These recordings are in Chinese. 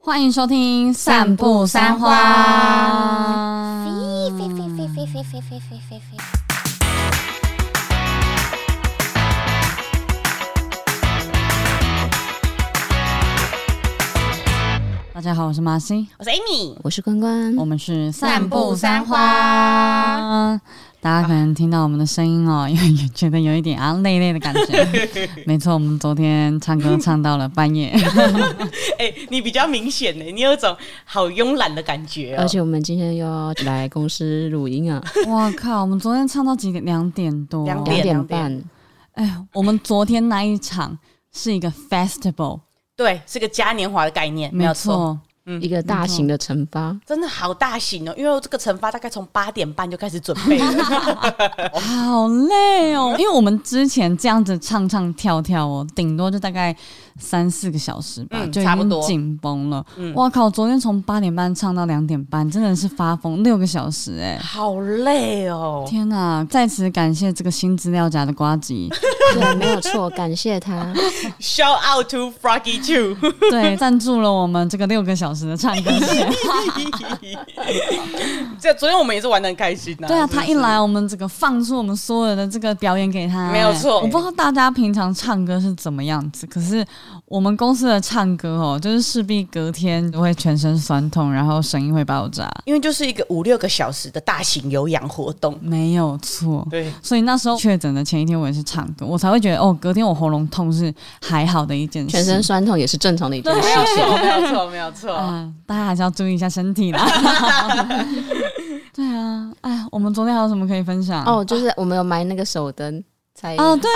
欢迎收听《散步三花》。飞飞飞飞飞飞飞飞飞飞。大家好，我是马西，我是 Amy，我是关嗯关，我们是《散步三花。大家可能听到我们的声音哦，因为也觉得有一点啊累累的感 觉。没错，我们昨天唱歌唱到了半夜，哎、你比较明显呢，你有种好慵懒的感觉哦、而且我们今天又要来公司录音啊，我靠！我们昨天唱到几点？两点多。两两点点半，哎，我们昨天那一场是一个 festival，对，是个嘉年华的概念，没没有错，错，一个大型的惩罚，真的好大型哦、因为这个惩罚大概从八点半就开始准 备了，好累哦，因为我们之前这样子唱唱跳跳哦，顶多就大概三四个小时吧，嗯就已差不经多嗯紧绷了。哇靠！昨天从八点半唱到两点半，真的是发疯，六个小时哎、好累哦、天哪、在此感谢这个新资料夹的瓜 吉，对，没有错，感谢他， Shout out to Froggy Two，对，赞助了我们这个六个小时的唱歌线。 这昨天我们也是玩的很开心呐、对啊，是不他是一来，我们整个放出我们所有的这个表演给他，没有错我不知道大家平常唱歌是怎么样子，可是我们公司的唱歌哦，就是势必隔天就会全身酸痛，然后声音会爆炸，因为就是一个五六个小时的大型有氧活动，没有错。对，所以那时候确诊的前一天，我也是唱歌，我才会觉得哦，隔天我喉咙痛是还好的一件事。全身酸痛也是正常的一件事没有情。错，哦没有错，没有错。啊、大家还是要注意一下身体啦。对啊，哎，我们昨天还有什么可以分享？ 哦，就是我们有买那个手灯，才哦，对。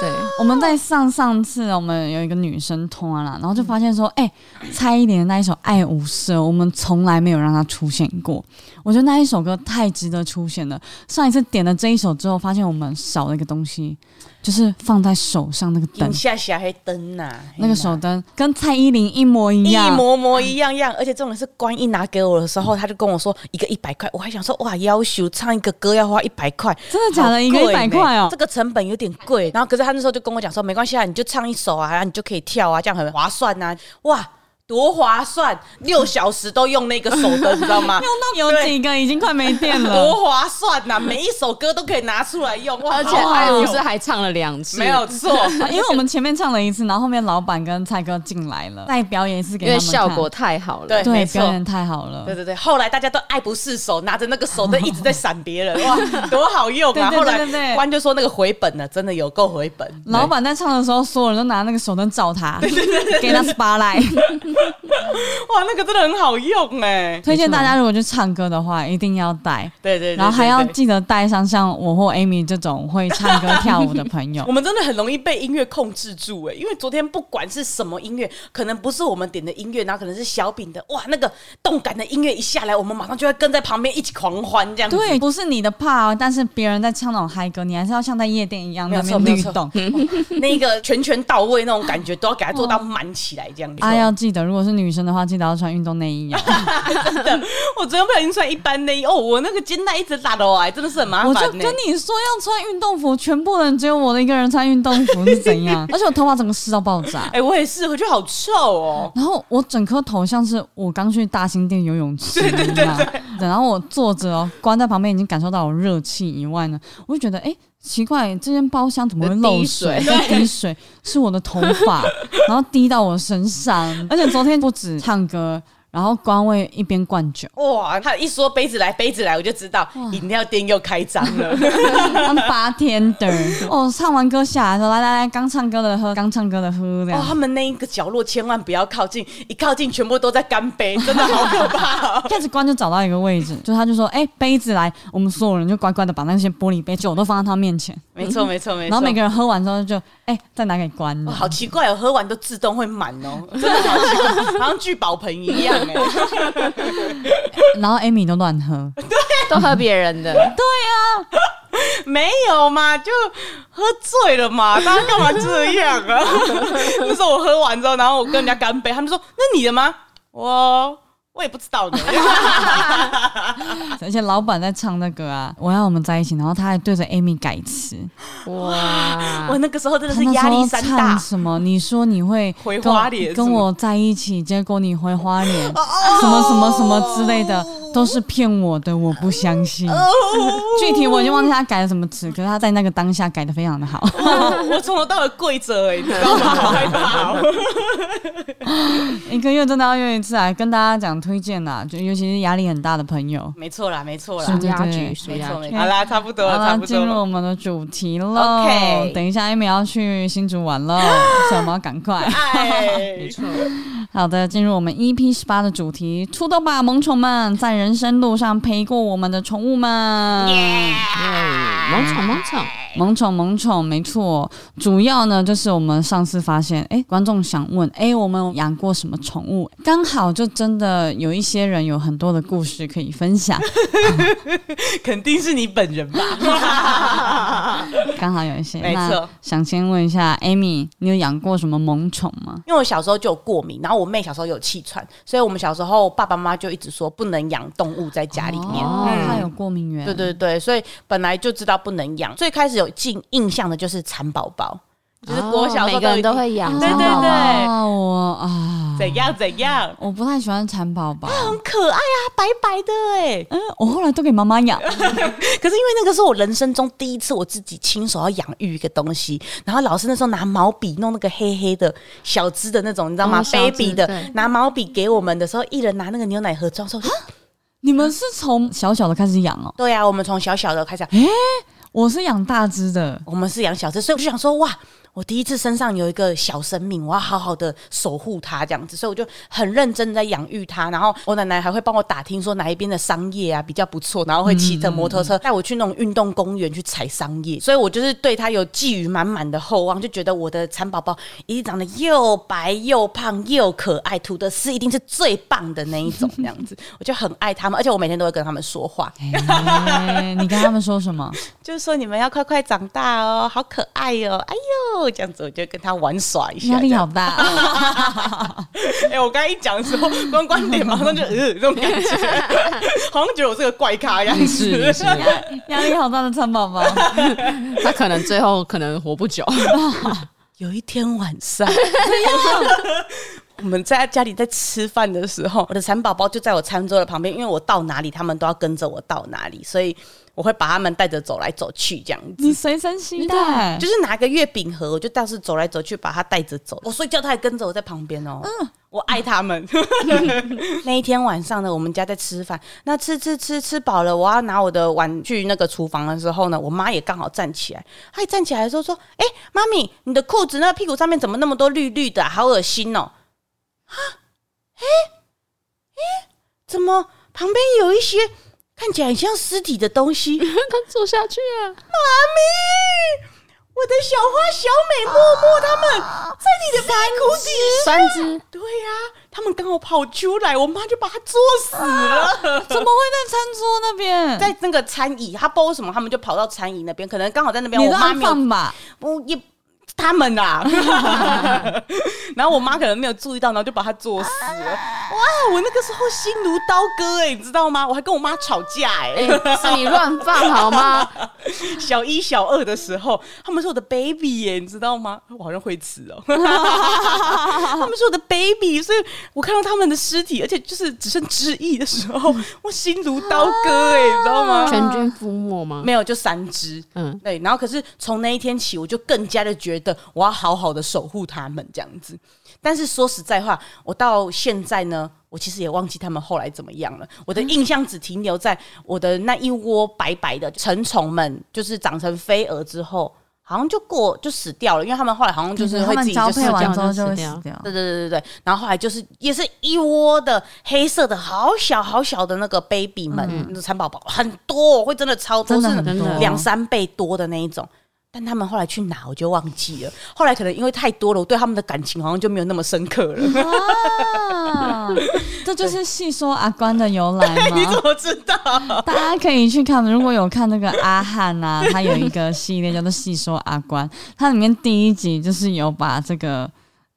对，我们在上上次我们有一个女生通啊啦，然后就发现说，哎、蔡依林的那一首《爱无赦》，我们从来没有让她出现过。我觉得那一首歌太值得出现了。上一次点了这一首之后，发现我们少了一个东西，就是放在手上那个灯影，下下黑灯呐、嘿那个呐手灯跟蔡依林一模一啊一样。模模一样样，而且重点是关一拿给我的时候，他就跟我说一个一百块，我还想说哇，要求唱一个歌要花一百块，真的假好的？一个贵一百呢块哦这。个成本有点贵。然后可是他那时候就跟我讲说，没关系啊，你就唱一首啊，然后你就可以跳啊，这样很划算呐、哇，多划算！六小时都用那个手灯，你知道吗？ 有几个已经快没电 了。多划算呐、每一首歌都可以拿出来用，哇，而且好好艾用鲁斯还唱了两次，没有错，因为我们前面唱了一次，然后后面老板跟蔡哥进来了，再表演一次给因他为们看。效果太好了。对没对错表演太好了对。对对，后来大家都爱不释手，拿着那个手灯一直在闪别 人，哇，多好用啊！对对对后来对对关就说那个回本了，真的有够回本。老板在唱的时候，所有人都拿那个手灯照 他，给他 spotlight。哇，那个真的很好用哎、推荐大家如果去唱歌的话，一定要带，对对对，然后还要对对记得带上像我或 Amy 这种会唱歌跳舞的朋友 我。们真的很容易被音乐控制住哎、因为昨天不管是什么音乐，可能不是我们点的音乐，然后可能是小饼的，哇，那个动感的音乐一下来，我们马上就会跟在旁边一起狂欢这样子。对，不是你的 part，哦但是别人在唱那种嗨歌，你还是要像在夜店一样没有在错那边律动。那个拳拳到位那种感觉，都要给它做哦到满起来这样子。啊，要记得，如果是女生的话，记得要穿运动内衣哦。 我昨天不小心穿一般内衣，哦，我那个肩带一直拉的哦，哎真的是很麻我烦、欸。就跟你说要穿运动服，全部人只有我的一个人穿运动服是怎 样？而且我头发整个湿到爆炸哎、。我也是，我觉得好臭哦。然后我整颗头像是我刚去大兴店游泳池一样，然后我坐着哦，关在旁边已经感受到我热气以外呢，我就觉得哎、诶奇怪，这间包厢怎么会漏水？滴在滴水是我的头发，然后滴到我身上。而且昨天不止唱歌，然后关位一边灌酒，哇，他一说杯子来杯子来，我就知道饮料店又开张 了。当八天的哦，唱完歌下来说来来来，刚唱歌的喝，刚唱歌的喝这哇、样。他们那一个角落千万不要靠近，一靠近全部都在干杯，真的好可怕、哦。开始关就找到一个位置，就他就说：“哎、杯子来！”我们所有人就乖乖的把那些玻璃杯酒都放在他面前， 没错，没错，没错。然后每个人喝完之后就：“哎、再拿给关。哇好奇怪哦，喝完都自动会满哦，真的好奇怪， 好像聚宝盆一样哎、然后 Amy 都乱喝，都喝别人的，没有嘛，就喝醉了 嘛，大家干嘛这样啊？ 那时候我喝完之后，然后我跟人家干杯，他们说：“那你的吗？”我我也不知道呢。而且老板在唱那个啊，我要我们在一起，然后他还对着 Amy 改词，哇， 我那个时候真的他是那时压力候山唱大，什么？你说你会回跟花莲是哦跟吗我在一起，结果你回花莲，什么什么什么之类的，都是骗我的，我不相信。哦具体我已经忘记他改了什么词，可是他在那个当下改的非常的好。 我从头到尾跪着哎、你知道 吗？好害怕哦、一个月真的要约一次啊！跟大家讲推荐啦，就尤其是压力很大的朋友。没错啦，没错是啦对，压对局，属没压错，局。没错。好啦，差不多好了，差啦，不进多入了。我们的主题喽。 OK 等一下，Amy 要去新竹玩 喽，所以我们要赶快。 哎，好的，进入我们 EP 十八的主题，出动吧，萌宠们，在人生路上陪过我们的宠物们。对萌宠萌宠，萌宠萌宠，没错，主要呢就是我们上次发现，哎，观众想问，哎，我们养过什么宠物？刚好就真的有一些人有很多的故事可以分 享，肯定是你本人吧？刚好有一些。没错那想先问一下 Amy，你有养过什么萌宠吗？因为我小时候就有过敏，然后我妹小时候有气喘，所以我们小时候爸爸妈妈就一直说不能养动物在家里面。哦，嗯它有过敏源。对对对，所以本来就知道不能养。最开始有印印象的就是蚕宝宝，就是国小哦的时每候个人都有会养，哦，对对好好对啊我啊，怎样怎样，我不太喜欢蚕宝宝，很可爱啊，白白的哎、嗯， 我后来都给妈妈养。可是因为那个是我人生中第一次我自己亲手要养育一个东西，然后老师那时候拿毛笔弄那个黑黑的小只的那种，你知道吗、哦 b 小 a 只 b y 的对，啊拿毛笔给我们的时候，一人拿那个牛奶盒装说，你们是从小小的开始养哦，对啊，我们从小小的开始养，我是养大只的。我们是养小只，所以我就想说，哇，我第一次身上有一个小生命，我要好好的守护它这样子，所以我就很认真地在养育它。然后我奶奶还会帮我打听说哪一边的桑叶啊比较不错，然后会骑着摩托车带我去那种运动公园去采桑叶，所以我就是对它有寄予满满的厚望，就觉得我的蚕宝宝一定长得又白又胖又可爱，吐的丝一定是最棒的那一种这样子，我就很爱它们，而且我每天都会跟它们说话。哎 你跟他们说什么？就是说你们要快快长大哦，好可爱哦，哎呦，这样子我就跟他玩耍一下。压力好 这样，大。哎、我刚才一讲的时候，关关脸马上就呃这种感觉，好像觉得我是个怪咖一样是是子。压力好大的蚕宝宝， 他可能最后可能活不久，有一天晚上，我们在家里在吃饭的时候，我的蚕宝宝就在我餐桌的旁边，因为我到哪里，他们都要跟着我到哪里，所以我会把他们带着走来走去这样子。你随身携带就，是拿个月饼盒，我就到处走来走去，把它带着走。我睡觉，它还跟着我在旁边哦。嗯，我爱他们。 那一天晚上呢，我们家在吃饭，那吃吃吃吃饱了，我要拿我的碗去那个厨房的时候呢，我妈也刚好站起来。她一站起来的时候说：“哎、妈咪，你的裤子那个屁股上面怎么那么多绿绿的啊、好恶心哦！”啊，哎、哎、怎么旁边有一些看起来很像尸体的东西？ 他做下去啊，咪，我的小花、小美、默默他们在你的屁股底下。三只对呀、他们刚好跑出来，我妈就把它作死了。怎么会在餐桌那边？在那个餐椅，他不知道为什么，他们就跑到餐椅那边，可能刚好在那边。你我妈乱没有放吧，我也他们啊，然后我妈可能没有注意到，然后就把他作死了。哇，我那个时候心如刀割哎、你知道吗？我还跟我妈吵架哎、哎、 是你乱放好吗？小一、小二的时候，他们是我的 baby 耶，你知道吗？我好像会吃哦。他们是我的 baby，所以我看到他们的尸体，而且就是只剩肢翼的时候，我心如刀割哎，你知道吗？ 全军覆没吗？没有，就三只。 嗯，对，然后可是从那一天起，我就更加的觉得我要好好的守护他们这样子。但是说实在话，我到现在呢，我其实也忘记他们后来怎么样了。我的嗯印象只停留在我的那一窝白白的成虫们，就是长成飞蛾之后，好像就过就死掉了，因为他们后来好像就是他会自们己交就死配掉完了。之后就会就死死掉对。对对对对，然后后来就是也是一窝的黑色的好小好小的那个 baby 们，那蚕宝宝很多，会真的超多，真的是很真的多，两三倍多的那一种。但他们后来去哪我就忘记了。后来可能因为太多了，我对他们的感情好像就没有那么深刻了。 啊，这就是细说阿关的由来 你吗怎？么知道？ 大家可以去看，如果有看那个阿汉啊，他有一个系列叫做《细说阿关》，它里面第一集就是有把这个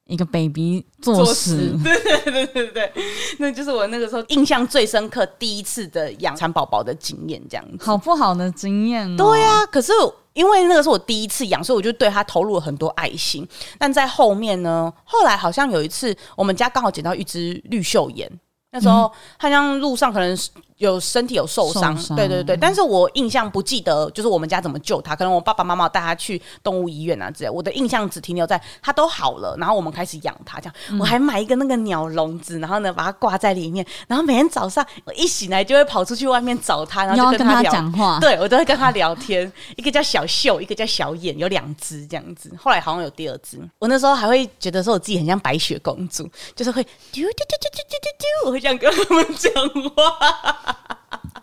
一个 baby 作死，对对对，那就是我那个时候印象最深刻第一次的养蚕宝宝的经验，这样子。好不好的经验、哦？对啊，可是因为那个是我第一次养，所以我就对它投入了很多爱心。但在后面呢，后来好像有一次，我们家刚好捡到一只绿袖眼。那时候好像路上可能是有身体有受伤嗯受，伤嗯对对对，但是我印象不记得就是我们家怎么救它，可能我爸爸妈妈带它去动物医院啊之类，我的印象只停留在它都好了，然后我们开始养它这样，嗯我还买一个那个鸟笼子，然后呢把它挂在里面，然后每天早上我一醒来就会跑出去外面找它，然你后要就跟它他聊讲话，对我都会跟他聊天， 一个叫小秀，一个叫小眼，有两只这样子。后来好像有第二只，我那时候还会觉得说我自己很像白雪公主，就是会丢丢丢丢丢丢丢丢，我会这样跟他们讲话。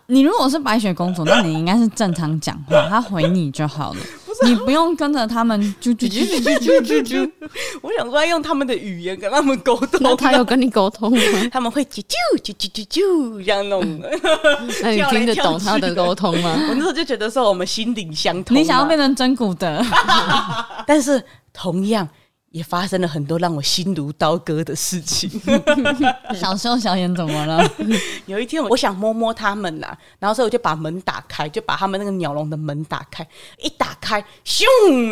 你如果是白雪公主，那你应该是正常讲话，她回你就好 了，啊你不用跟着他们啾啾啾啾啾啾啾 啾。我想说要用他们的语言跟他们沟那通，他有跟你沟通吗？ 他们会啾啾啾啾啾啾这样弄。那你 跳来听得跳懂他去的沟通吗？我那时候就觉得说我们心灵相通嘛，啊你想要变成真古 德，但是同样。也发生了很多让我心如刀割的事情。小秀小眼怎么 了？有一天我，我想摸摸它们呐、然后所以我就把门打开，就把他们那个鸟笼的门打开，一打开，咻，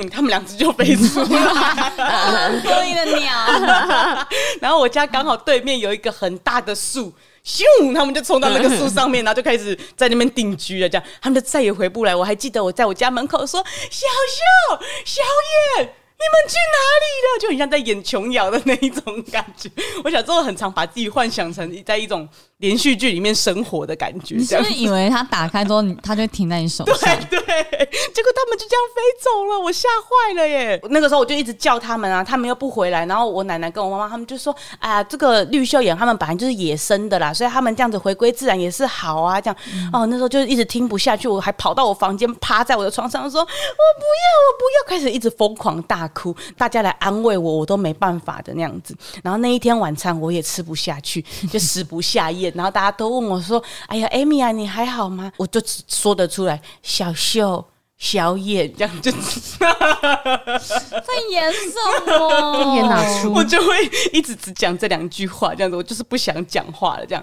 它们两只就飞出来。所以的鸟，然后我家刚好对面有一个很大的树，咻，他们就冲到那个树上面，然后就开始在那边定居了。这样，他们就再也回不来。我还记得我在我家门口说：“小秀，小野。”你们去哪里了？就很像在演琼瑶的那一种感觉。我小时候很常把自己幻想成在一种连续剧里面生活的感觉。 你这是样不是以为它打开之后，你它就会停在你手上？对对，结果他们就这样飞走了，我吓坏了耶！那个时候我就一直叫他们啊，他们又不回来，然后我奶奶跟我妈妈他们就说：“啊、这个绿袖眼他们本来就是野生的啦，所以他们这样子回归自然也是好啊。”这样、哦，那时候就一直听不下去，我还跑到我房间趴在我的床上说：“我不要，我不要！”开始一直疯狂大哭，大家来安慰我，我都没办法的那样子。然后那一天晚餐我也吃不下去，就食不下咽。然后大家都问我说：“哎呀，艾米啊，你还好吗？”我就只说得出来，小秀、小眼这样就，在演什么？也拿出我就会一直只讲这两句话，这样子，我就是不想讲话了这样。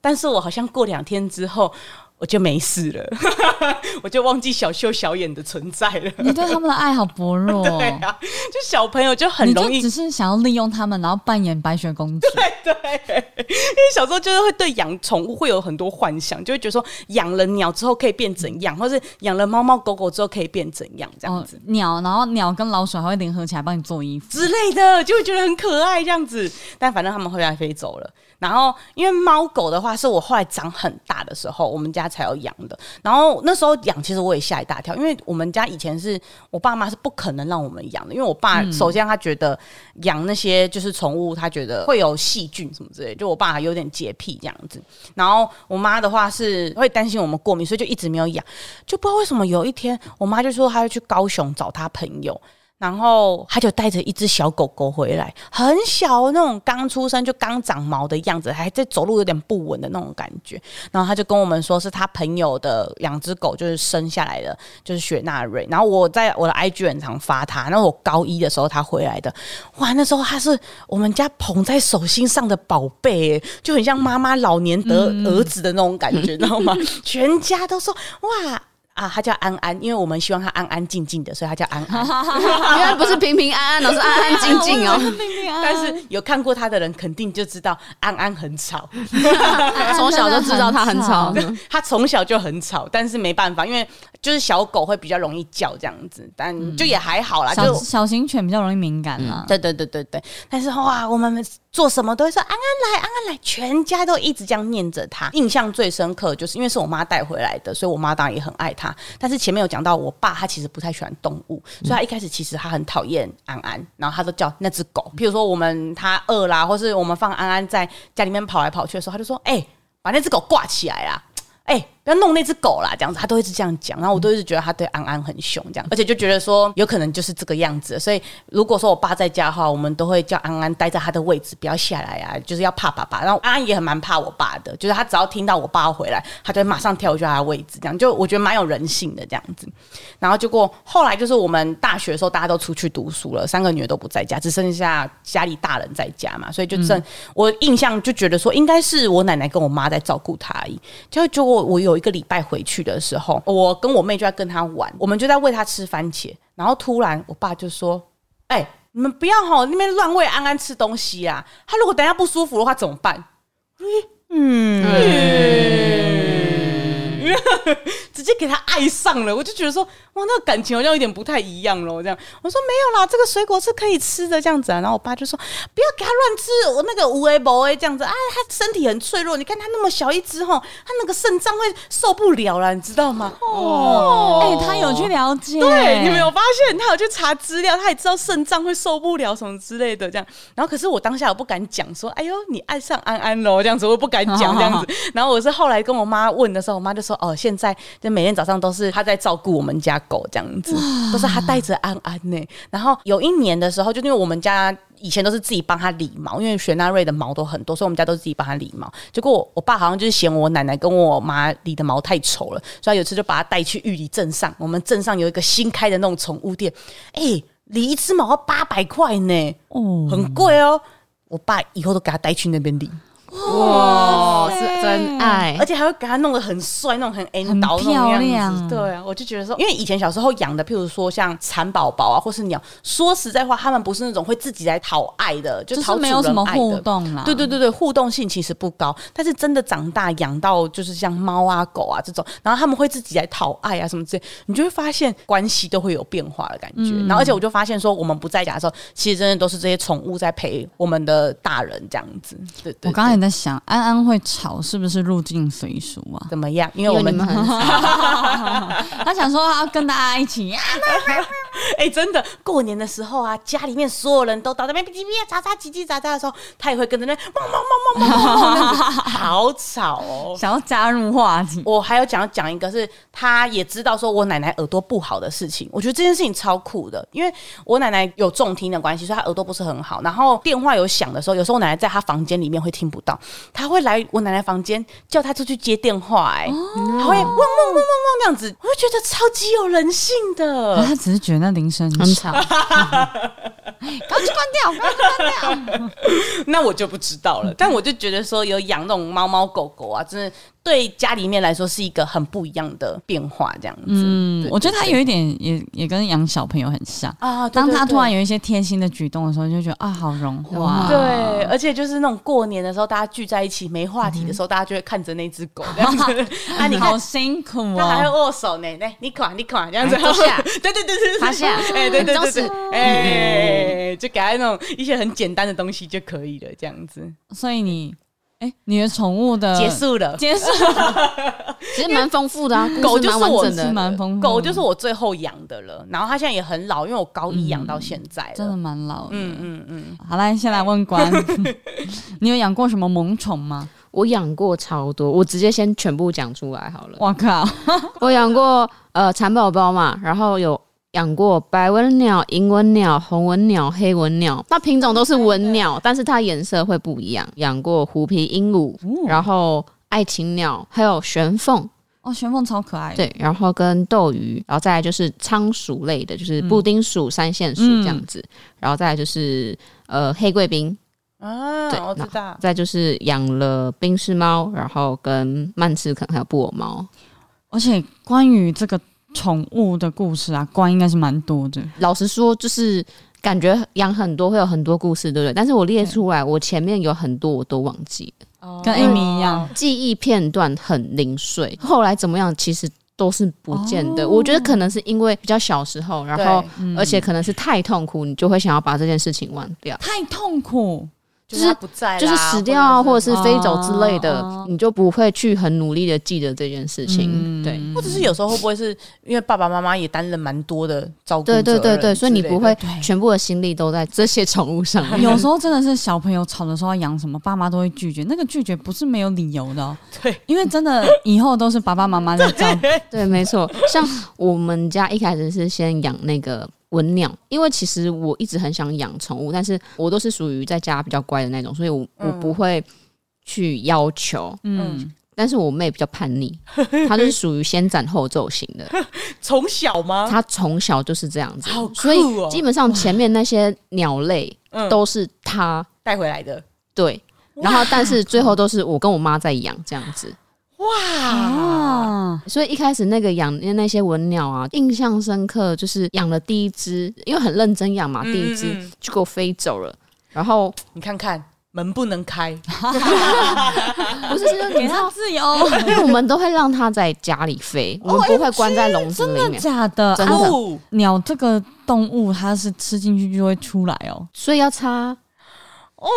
但是我好像过两天之后。我就没事了， 我就忘记小秀、小眼的存在了。 你对他们的爱好薄弱哦，对啊，就小朋友就很你容就易只是想要利用他们，然后扮演白雪公主。对，因为小时候就是会对养宠物会有很多幻想，就会觉得说养了鸟之后可以变怎样，或是养了猫猫狗狗之后可以变怎样这样哦子、，鸟，然后鸟跟老鼠还会联合起来帮你做衣服。之类的，就会觉得很可爱这样子。但反正他们后来飞走了。然后因为猫狗的话，是我后来长很大的时候，我们家才有养的。然后那时候养，其实我也吓一大跳，因为我们家以前是我爸妈是不可能让我们养的，因为我爸首先他觉得养那些就是宠物，他觉得会有细菌什么之类，就我爸有点洁癖这样子。然后我妈的话是会担心我们过敏，所以就一直没有养。就不知道为什么有一天，我妈就说她要去高雄找她朋友，然后她就带着一只小狗狗回来，很小哦那种刚出生就刚长毛的样子，还在走路有点不稳的那种感觉。然后她就跟我们说是她朋友的两只狗就是生下来的，就是雪纳瑞。然后我在我的 IG 很常发她，那我高一的时候她回来的，哇，那时候她是我们家捧在手心上的宝贝耶，就很像妈妈老年得儿子的那种感觉，你知道吗？ 全家都说哇。啊，她叫安安，因为我们希望她安安静静的，所以她叫安安。原来不是平平安安，而是安安静静 啊我以为是哦。命令啊但是有看过他的人肯定就知道安安很吵， 啊 从小就知道他很吵，真他从小就很吵，但是没办法，因为就是小狗会比较容易叫这样子，但就也还好啦，小就。小型犬比较容易敏感嗯啦。对对对对对，但是哇，我们做什么都会说安安来，安安来，全家都一直这样念着他。印象最深刻就是因为是我妈带回来的，所以我妈当然也很爱他。但是前面有讲到，我爸他其实不太喜欢动物，所以他一开始其实他很讨厌安安，然后他都叫那只狗。譬如说我们他饿啦，或是我们放安安在家里面跑来跑去的时候，他就说：“哎、把那只狗挂起来啦！”哎、不要弄那只狗啦，这样子，他都一直这样讲，然后我都一直觉得他对安安很凶，这样，而且就觉得说有可能就是这个样子，所以如果说我爸在家的话，我们都会叫安安待在他的位置，不要下来啊，就是要怕爸爸。然后安安也很蛮怕我爸的，就是他只要听到我爸回来，他就会马上跳回去他的位置，这样就我觉得蛮有人性的这样子。然后结果后来就是我们大学的时候，大家都出去读书了，三个女儿都不在家，只剩下家里大人在家嘛，所以就剩、我印象就觉得说，应该是我奶奶跟我妈在照顾她而已。就结果我有一个礼拜回去的时候，我跟我妹就在跟她玩，我们就在喂她吃番茄，然后突然我爸就说：“哎、你们不要吼那边乱喂安安吃东西啊！他如果等一下不舒服的话怎么办？”嗯 直接给他爱上了，我就觉得说，哇，那个感情好像有点不太一样咯。这样，我说没有啦，这个水果是可以吃的，这样子啊。然后我爸就说，不要给他乱吃，我那个无为博哎这样子啊，他身体很脆弱，你看他那么小一只吼，他那个肾脏会受不了啦，你知道吗？哦，哎、他有去了解，对，你们有发现他有去查资料，他也知道肾脏会受不了什么之类的这样。然后可是我当下我不敢讲说，哎呦，你爱上安安喽这样子，我不敢讲这样子。 然后我是后来跟我妈问的时候，我妈就说，哦，现在就每天早上都是她在照顾我们家狗这样子，都是她带着安安呢、然后有一年的时候，就因为我们家。以前都是自己帮她理毛，因为雪纳瑞的毛都很多，所以我们家都是自己帮她理毛。结果我我爸好像就是嫌我奶奶跟我妈理的毛太丑了，所以他有一次就把她带去玉里镇上，我们镇上有一个新开的那种宠物店，哎、理一只毛要八百块呢，哦，很贵哦。我爸以后都给他带去那边理，哇，塞是真爱而，且还会给他弄得很帅，弄得很 N 很倒那种样漂子亮对啊，我就觉得说，因为以前小时候养的，譬如说像蚕宝宝啊，或是鸟，说实在话，他们不是那种会自己来讨爱的，就就讨是主没有什人么爱互的。动啊啦，对对对对，互动性其实不高，但是真的长大养到就是像猫啊、狗啊这种，然后他们会自己来讨爱啊什么之类，你就会发现关系都会有变化的感觉。然后而且我就发现说，我们不在家的时候，其实真的都是这些宠物在陪我们的大人这样子。对对我刚才也在想，安安会吵是不是入境随俗啊？ 怎么样？因因为我为们你们很他想说他要跟大家一起啊， 哎、真的，过年的时候啊，家里面所有人都倒在那边叽叽喳喳、叽叽喳喳的时候，他也会跟着那汪汪汪汪汪汪汪那样子，好吵哦。想要加入话题。我还有讲讲一个是，他也知道说我奶奶耳朵不好的事情，我觉得这件事情超酷的，因为我奶奶有重听的关系，所以她耳朵不是很好。然后电话有响的时候，有时候我奶奶在她房间里面会听不到，她会来我奶奶房间叫她出去接电话、哎、还会汪汪汪汪汪这样子，我就觉得超级有人性的。他只是觉得那铃声很很吵， 吵，赶快去关掉，赶快去关掉。那我就不知道了。但我就觉得说，有养那种猫猫狗狗啊，真的对家里面来说是一个很不一样的变化，这样子。嗯对，我觉得他有对一点也也跟养小朋友很像。啊，对当他对突然对有一些贴心的举动的时候，你就觉得啊，好融融化。化对，而且就是那种过年的时候，大家聚在一起没话题的时候，大家就会看着那只狗这样子。啊，你看好。辛苦他还会哦。握手呢，来，你垮，你垮，这样子，哎坐下 对对对对，对趴下哎，对对对很对忠实，哎，就给他那种一些很简单的东西就可以了，这样子，所以你，哎、你的宠物的结束了，结束，其实蛮丰富的啊，狗故就事是蛮我完整是的，蛮丰富的狗就是我最后养的了，然后它现在也很老，因为我高一养到现在了，真的蛮老的。嗯嗯嗯，好来，先来问关， 你有养过什么萌宠吗？我养过超多，我直接先全部讲出来好了。我哦靠，我养过呃蚕宝宝嘛，然后有养过白纹鸟、银纹鸟、红纹鸟、黑纹鸟，那品种都是纹鸟，但是它颜色会不一样。养过虎皮鹦鹉，然后爱情鸟，还有玄凤，哦，玄凤超可爱的。对，然后跟斗鱼，然后再来就是仓鼠类的，就是布丁鼠、三线鼠这样子，然后再来就是呃黑贵宾，对啊，我知道，再就是养了冰室猫，然后跟曼赤肯还有布偶猫。而且关于这个宠物的故事啊，关应该是蛮多的。老实说，就是感觉养很多会有很多故事，对不对？但是我列出来，我前面有很多我都忘记了，嗯跟 Amy 一样，记忆片段很零碎。后来怎么样，其实都是不见的。我觉得可能是因为比较小时候，然后对嗯而且可能是太痛苦，你就会想要把这件事情忘掉。太痛苦，就是它不在啦，就是死掉啊，或者者是飞走之类的，哦你就不会去很努力的记得这件嗯事情。对，或哦者是有时候会不会是因为爸爸妈妈也担任蛮多的照顾责对任之对类的，对对，所以你不会对全部的心力都在这些宠物上面。有时候真的是小朋友吵着说要养什么，爸妈都会拒绝。那个拒绝不是没有理由的、哦，对，因为真的以后都是爸爸妈妈在照顾。对，没错。像我们家一开始是先养那个文鸟，因为其实我一直很想养宠物，但是我都是属于在家比较乖的那种，所以我、嗯我不会去要求。嗯，但是我妹比较叛逆，她就是属于先斩后奏型 的， 从小吗？她从小就是这样子，好酷哦所以基本上前面那些鸟类嗯都是她带回来的对，然后但是最后都是我跟我妈在养这样子。哦哇，啊，所以一开始那个养那些文鸟啊，印象深刻，就是养了第一只，因为很认真养嘛，嗯第一只嗯嗯就给我飞走了。然后你看看门不能开，不是，就是你给知他道，自由， 因为我们都会让它在家里飞，我们不会关在笼子真里的面。假的？真啊的哦鸟这个动物，它是吃进去就会出来哦，所以要擦，哦，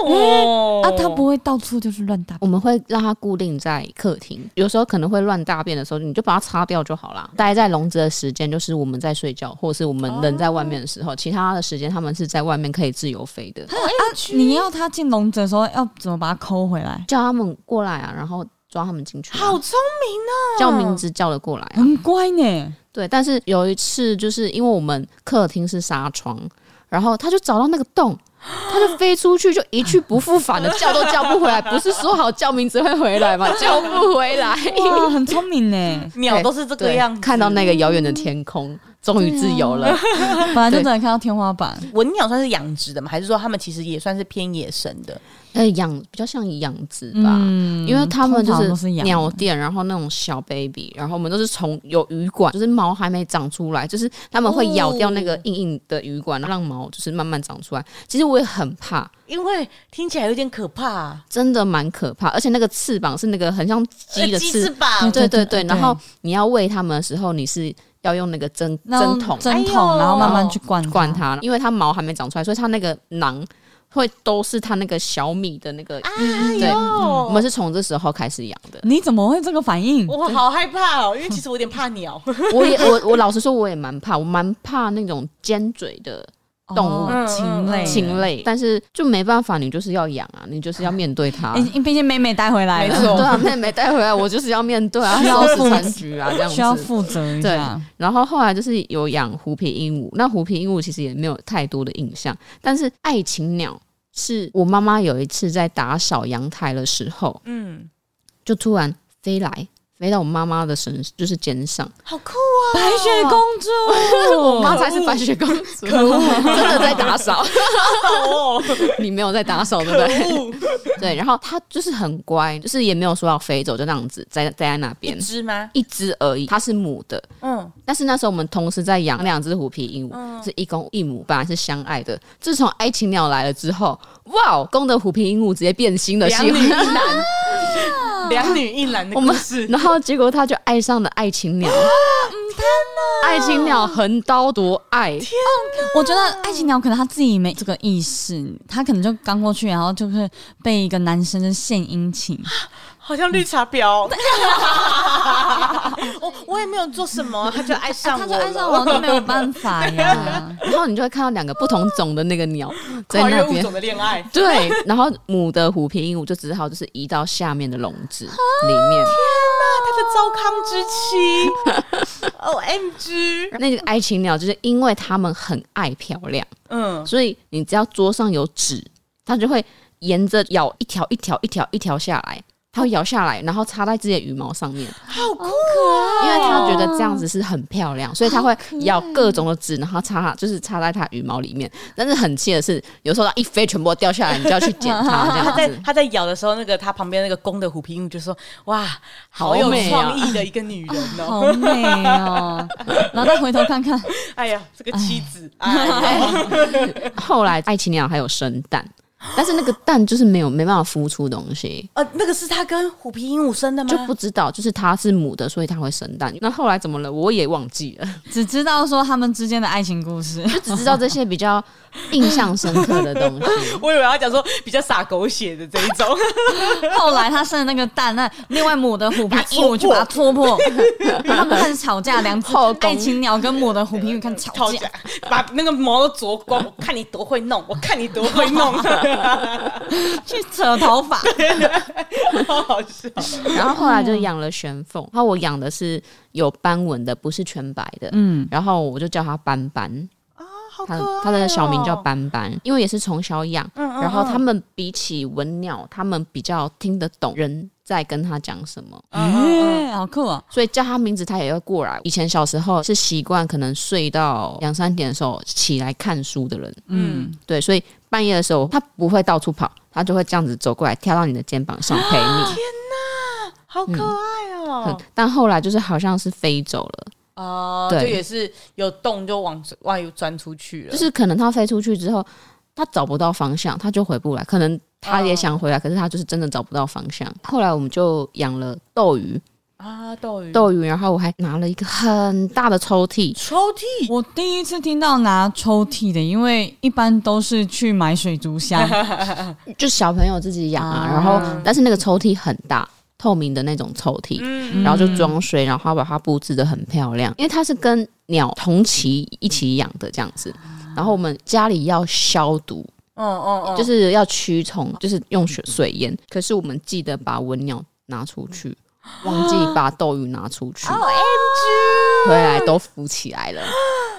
哎啊，它不会到处就是乱打。我们会让它固定在客厅。有时候可能会乱大便的时候，你就把它擦掉就好啦。待在笼子的时间就是我们在睡觉，或是我们人在外面的时候，其他的时间它们是在外面可以自由飞的。啊，你要它进笼子的时候，要怎么把它抠回来？叫他们过来啊，然后抓他们进去啊、好聪明啊！，叫名字叫了过来、啊。很乖呢，对，但是有一次，就是因为我们客厅是纱窗，然后他就找到那个洞，他就飞出去，就一去不复返了，叫都叫不回来。不是说好叫名字会回来吗？叫不回来。 哇，很聪明呢鸟都是这个哎对样子，啊看到那个遥远的天空，终于自由了。本来就只能看到天花板。文鸟算是养殖的吗？还是说它们其实也算是偏野生的？呃，养比较像养殖吧。嗯因为他们就通常都是养的鸟店，然后那种小 baby，然后我们都是从有鱼管，就是毛还没长出来，就是他们会咬掉那个硬硬的鱼管，让毛就是慢慢长出来。其实我也很怕，因为听起来有点可怕、啊真的蛮可怕，而且那个翅膀是那个很像鸡的呃翅，膀对对对对对。对然后你要喂它们的时候，你是要用那个针那种针筒针哎筒，呦然后慢慢去灌灌它，因为它毛还没长出来，所以它那个囊会都是它那个小米的那个。啊嗯对，哦我们是从这时候开始养的。你怎么会这个反应？我好害怕哦，因为其实我有点怕鸟。我也我我老实说，我也蛮怕，我蛮怕那种尖嘴的动物嗯哦禽类，禽。类，但是就没办法，你就是要养啊，你就是要面对它。因哎毕竟美美带回来没了，错对啊，妹妹带回来，我就是要面对啊，需要收拾负残局啊，这样需要子。负责一下。然后后来就是有养虎皮鹦鹉，那虎皮鹦鹉其实也没有太多的印象，但是爱情鸟是我妈妈有一次在打扫阳台的时候，嗯，就突然飞来，飞到我妈妈的身，就是肩上。好酷啊！白雪公主， 我妈才是白雪公主，真的在打扫。 哦，你没有在打扫，对不对？对，然后它就是很乖，就是也没有说要飞走，就那样子待待在那一边，只吗？一只而已。它是母的，嗯，但是那时候我们同时在养两只虎皮鹦鹉，是一公一母，本来是相爱的。自从爱情鸟来了之后，哇，公的虎皮鹦鹉直接变心了，两喜女一欢。男，两女一男的 我故们事，嗯然后结果它就爱上了爱情鸟。爱情鸟横刀夺爱，我觉得爱情鸟可能它自己没这个意识，它可能就刚过去，然后就是被一个男生就献殷勤，好像绿茶婊。 我我也没有做什么，啊他就爱上它我就了，爱上我，就没有 办法呀。然后你就会看到两个不同种的那个鸟在跨越那物边种的恋爱。对，然后母的虎皮鹦鹉就只好就是移到下面的笼子里面。他的糟糠之 妻，O M G，那个爱情鸟就是因为它们很爱漂亮，嗯，所以你只要桌上有纸，它就会沿着咬一条一条一条一条下来，它会咬下来，然后插在自己的羽毛上面，好酷啊！因为它觉得这样子是很漂亮，所以它会咬各种的纸，然后插就是插在它羽毛里面。但是很气的是，有时候它一飞全部都掉下来，你就要去捡它这他在样子。他在咬的时候，那个他旁边那个公的虎皮鹦鹉就说：“哇，好有好美啊创意的一个女人 哦！好美哦，然后再回头看看， 哎呀，这个妻子，哎呀，后来爱情鸟还有生蛋，但是那个蛋就是没有没办法孵出东西。呃，那个是他跟虎皮鹦鹉生的吗？。就不知道，就是它是母的，所以它会生蛋。那后来怎么了？我也忘记了，只知道说他们之间的爱情故事。就只知道这些比较印象深刻的东西 我以为他讲说比较洒狗血的这一 种，后来他生的那个蛋，那另外母的虎皮鹦鹉就把它戳 破，他们开始吵架，两只后宫爱情鸟跟母的虎皮鹦鹉开始吵吵架架。，把那个毛都啄光，我看你多会弄，我看你多会 弄，去扯头发，好好笑。然后后来就养了玄凤，然后我养的是有斑纹的，不是全白的。 嗯，然后我就叫它斑斑，好它可爱哦它的小名叫斑斑，因为也是从小养。嗯嗯然后嗯他们比起文鸟，他们比较听得懂人在跟他讲什么。哎，好酷哦！所以叫他名字，他也会过来。以前小时候是习惯，可能睡到两三点的时候起来看书的人，嗯，对，所以半夜的时候他不会到处跑，他就会这样子走过来，跳到你的肩膀上陪你。好可爱嗯哦！但后来就是好像是飞走了，哦，对就也是有洞就往外钻出去了，就是可能他飞出去之后，他找不到方向，他就回不来。可能他也想回来，可是他就是真的找不到方向。后来我们就养了斗鱼，啊，斗鱼斗鱼，然后我还拿了一个很大的抽屉，抽屉，我第一次听到拿抽屉的，因为一般都是去买水族 箱。就小朋友自己养啊，啊然后但是那个抽屉很大，透明的那种抽屉，嗯然后就装水，然后他把它布置的很漂亮，因为它是跟鸟同期一起养的这样子。然后我们家里要消毒，嗯嗯嗯，就是要驱虫，就是用水水淹。可是我们记得把文鸟拿出去，忘记把斗鱼拿出去，回来都浮起来了。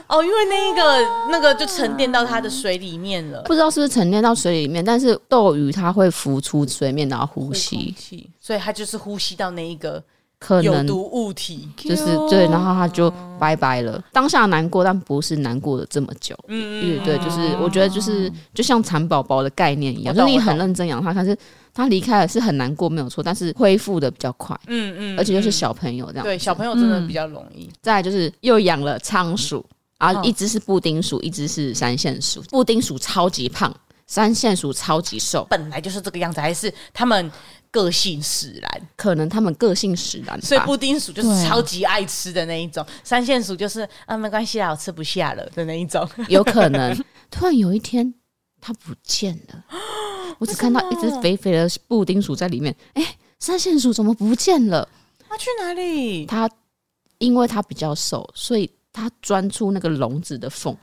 哦，因为那一个那个就沉淀到它的水里面了，啊不知道是不是沉淀到水里面，但是斗鱼它会浮出水面，然后呼吸，气，所以它就是呼吸到那一个可有能毒物体。就是对，然后他就拜拜了。当下难过，但不是难过了这么久。嗯嗯，对，就是我觉得就是就像蚕宝宝的概念一样，我就懂是你我懂很认真养它，但是它离开了是很难过，没有错，但是恢复的比较快，嗯嗯而且又是小朋友这样。嗯对小朋友真的比较容易。再来就是又养了仓鼠，啊，嗯一只是布丁鼠，一只是三线鼠。布丁鼠超级胖，三线鼠超级瘦，本来就是这个样子，还是他们个性使然，可能它们个性使然所以吧。布丁鼠就是对啊超级爱吃的那一种，三线鼠就是啊没关系啦，我吃不下了的那一种。 啊有可能突然有一天它不见了，我只看到一只肥肥的布丁鼠在里面。哎、三线鼠怎么不见了？它去哪里？它因为它比较瘦，所以它钻出那个笼子的缝。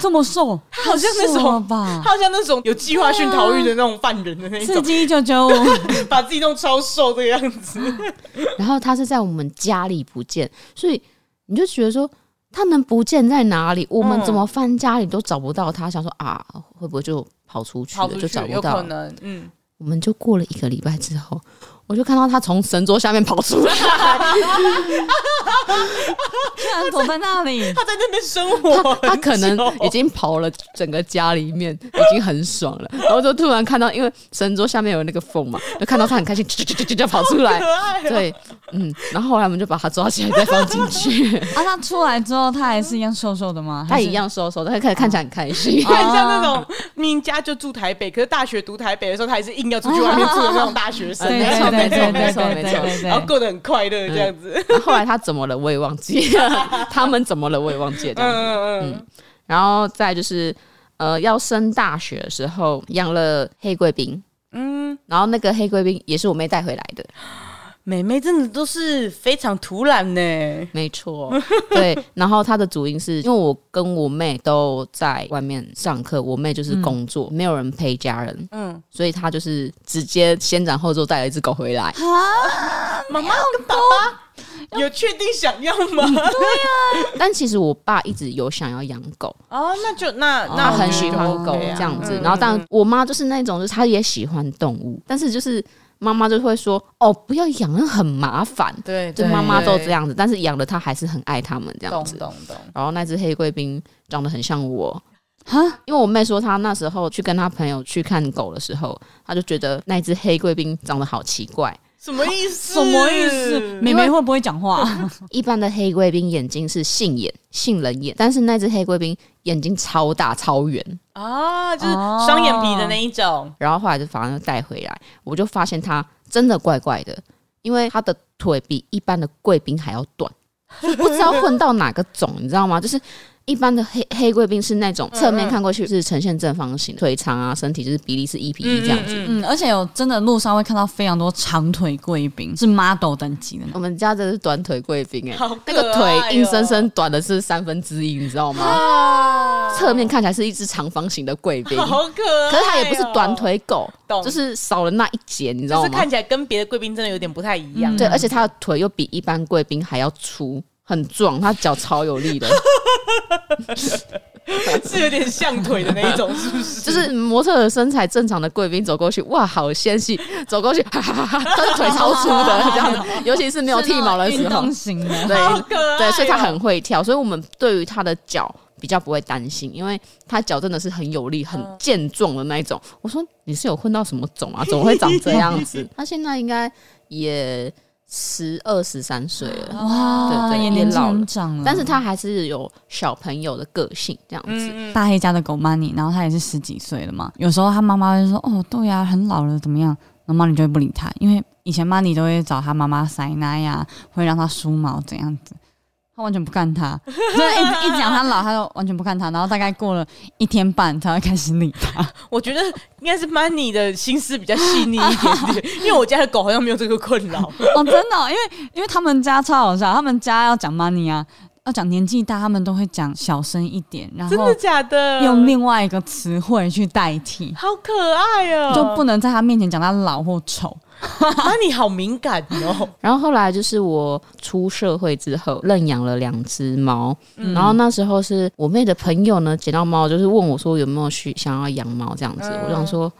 这么瘦，好像那种瘦了吧？它好像那种有计划啊性逃狱的那种犯人的那一刺种，激一九九五，把自己弄超瘦这个样子。然后它是在我们家里不见，所以你就觉得说。它能不见在哪里？我们嗯怎么翻家里都找不到它，想说啊，会不会就跑出去了，跑出就找去不有可到。能，嗯，我们就过了一个礼拜之后，我就看到它从神桌下面跑出来， 居然躲在那 里。他在那边生活，他可能已经跑了整个家里面，已经很爽了，然后就突然看到，因为神桌下面有那个缝嘛，就看到他很开心，就就就就就跑出来可。 爱哦。对，嗯，然后后来我们就把他抓起来，再放进去。啊，他出来之后，他还是一样瘦瘦的吗？他还是一。样瘦瘦的，他看看起来很开 心。看像那种明明家就住台北，可是大学读台北的时候，他还是硬要出去外面住的那种大学生，对没对错对对对没对错没对错没对 然后对，过得很快乐这样子。然后后来他怎么了，我也忘记 了。他们怎么了，我也忘记了。这样子嗯嗯嗯，然后再来就是，呃，要升大学的时候养了黑贵宾，嗯，然后那个黑贵宾也是我妹带回来的。美妹真的都是非常突然呢。没错，对。 然后他的主因是因为我跟我妹都在外面上课，我妹就是工作，没有人陪家人，嗯，所以他就是直接先斩后奏带了一只狗回 来。妈妈跟爸爸有确定想要吗？但其实我爸一直有想要养狗， 哦，那就那他 那很喜欢狗我觉得 OK 啊这样子。嗯然后当然我妈就是那种，就是她也喜欢动物，但是就是妈妈就会说：“哦，不要养，那很麻烦。”对，就对妈妈都这，样子，但是养了她还是很爱他们这对样懂子。懂懂。然后那只黑贵宾长得很像我，哈，因为我妹说她那时候去跟她朋友去看狗的时候，她就觉得那只黑贵宾长得好奇怪，什么意思？什么意思？美眉会不会讲话？ 一般的黑贵宾眼睛是杏眼、杏仁眼，但是那只黑贵宾眼睛超大、超圆，啊，就是双眼皮的那一种。然后后来就反正就带回来，我就发现它真的怪怪的，因为它的腿比一般的贵宾还要短， 就不知道混到哪个种，你知道吗？就是一般的黑黑贵宾是那种侧嗯面看过去是呈现正方形，腿长啊，身体就是比例是一比一这样子。嗯嗯嗯嗯，而且有真的路上会看到非常多长腿贵宾， 是 model 等级的那种。我们家的是短腿贵宾哎、嗯好可那个爱哦腿硬生生短的是三分之一，你知道 吗？嗯 啊，侧面看起来是一只长方形的贵宾，好可爱。哦可是它也不是短，腿狗，懂就是少了那一截，你知就道是吗看？起来跟别的贵宾真的有点不太一样。嗯 对，而且它的腿又比一般贵宾还要粗，很壮，它脚超有 力的，是有点像腿的那一种，是不 是？就是模特的身材正常的贵宾走过去，哇，好纤细，走过去，哈哈哈哈，它的腿超粗 的这样子，尤其是没有剃毛的是时那候种运，动型的，对 好可爱哦对，所以它很会跳，所以我们对于它的脚。比较不会担心，因为它脚真的是很有力、很健壮的那一种。我说你是有混到什么种啊？怎么会长这样 子？它现在应该也十二十三岁了，哇，对对也也年纪老了很长了。但是他还是有小朋友的个性这样子。嗯，大黑家的狗 Money，然后它也是十几岁了嘛，有时候它妈妈会说：“哦，对呀、很老了，怎么样？”然后 Money 就会不理它，因为以前 Money 都会找它妈妈塞奶 呀、会让它梳毛怎样子。它完全不看它，就一一讲它老，它就完全不看它。然后大概过了一天半，才会开始理它。我觉得应该是 Money 的心思比较细腻一点点，因为我家的狗好像没有这个 困扰。 哦，真的哦、因为因为他们家超好笑，他们家要讲 Money 啊，要讲年纪大，他们都会讲小声一点，然真后的假的？用另外一个词汇去代替，好可爱哦、就不能在他面前讲他老或丑。 Money 好敏感哦、然后后来就是我出社会之后认养了两只猫，嗯嗯然后那时候是我妹的朋友呢捡到猫，就是问我说有没有需想要养猫这样子，我想说。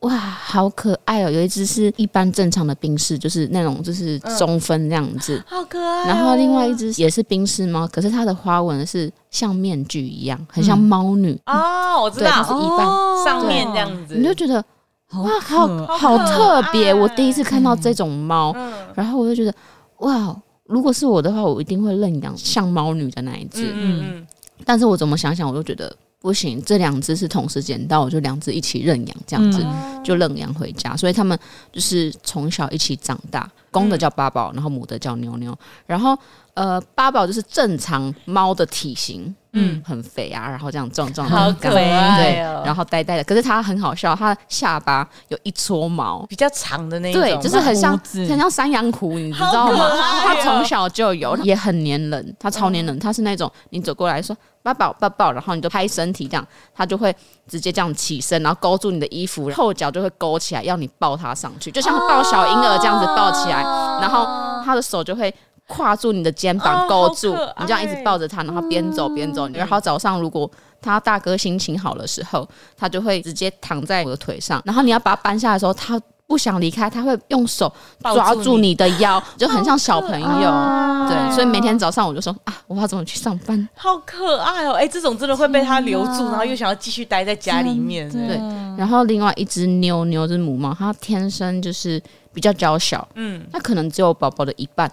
哇，好可爱哦！有一只是一般正常的冰室，就是那种就是中分这样子，好可爱哦、然后另外一只也是冰室猫，可是它的花纹是像面具一样，很像嗯猫女，啊、我知对，它道是，一般，哦上面这样子，你就觉得好哇，好好可好可特别！爱啊我第一次看到这种猫，嗯然后我就觉得哇，如果是我的话，我一定会认养像猫女的那一只。嗯嗯但是我怎么想想，我就觉得不行，这两只是同时捡到，我就两只一起认养，这样子、嗯，就认养回家。所以他们就是从小一起长大，公嗯的叫八宝，然后母的叫妞妞。然后呃，八宝就是正常猫的体型，嗯嗯，很肥啊，然后这样壮壮的，好这可样对爱，哦、然后后呆呆的。可是它很好笑，它下巴有一撮毛，比较长的那一种，对，就是很像胡子很像山羊胡，你知好道可吗？它爱哦从小就 有，也很粘人，它超粘人，它是那种你走过来说抱抱抱抱，然后你就拍身体这样，它就会直接这样起身，然后勾住你的衣服，后脚就会勾起来，要你抱它上去，就像抱小婴儿这样子抱起来，然后它的手就会。跨住你的肩哦膀，勾住，好可爱嗯你这样一直抱着它，然后边走边走。然后早上如果它大哥心情好的时候，它就会直接躺在我的腿上。然后你要把它搬下来的时候，它不想离开，它会用手抱抓住住你的腰，就很像小朋友。啊对，所以每天早上我就说啊，我要怎么去上班？好可爱哦、哎、这种真的会被它留住，然后又想要继续待在家里面，真的啊对然后另外一只妞妞就是母猫，它天生就是比较娇小，嗯，它可能只有宝宝的一半，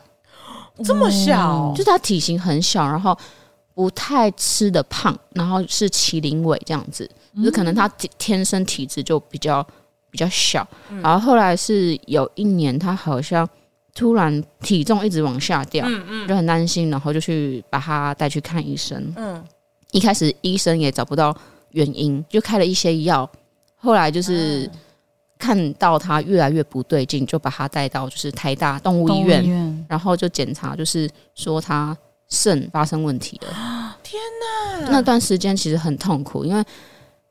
这么小哦，就是它体型很小，然后不太吃的胖，然后是麒麟尾这样子，就是可能它天天生体质就比较比较小。然后后来是有一年，它好像突然体重一直往下掉，嗯嗯就很担心，然后就去把它带去看医生。嗯，一开始医生也找不到原因，就开了一些药。后来就是看到它越来越不对劲，就把它带到就是台大动物医动物院医，院然后就检查，就是说他肾发生问题了。 天哪！那段时间其实很痛苦，因为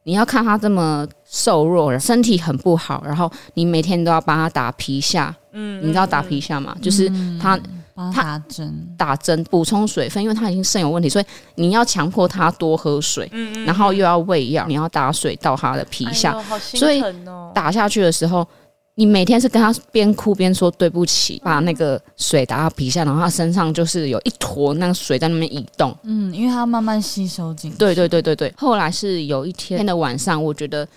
你要看他这么瘦弱，身体很不好，然后你每天都要帮他打皮下，嗯你知道打皮下吗？就是他帮他打针，打针补充水分，因为他已经肾有问题，所以你要强迫他多喝水，嗯嗯然后又要喂药，你要打水到他的皮下，哎呦好心所以疼哦、打下去的时候，你每天是跟他边哭边说对不起，把那个水打到皮下，然后他身上就是有一坨那个水在那边移动。嗯，因为他慢慢吸收进去，对对对对对。后来是有一天的晚上，我觉得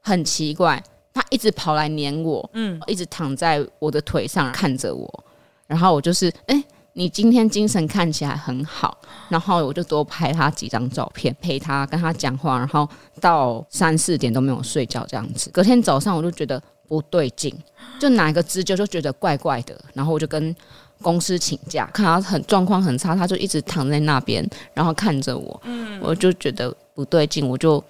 很奇怪，它一直跑来黏我，嗯，一直躺在我的腿上看着我，然后我就是哎。你今天精神看起来很好，然后我就多拍他几张照片，陪他跟他讲话，然后到三四点都没有睡觉这样子。隔天早上我就觉得不对劲，就哪个支灸就觉得怪怪的，然后我就跟公司请假，看他很状况很差，他就一直躺在那边，然后看着我，我就觉得不对劲，我就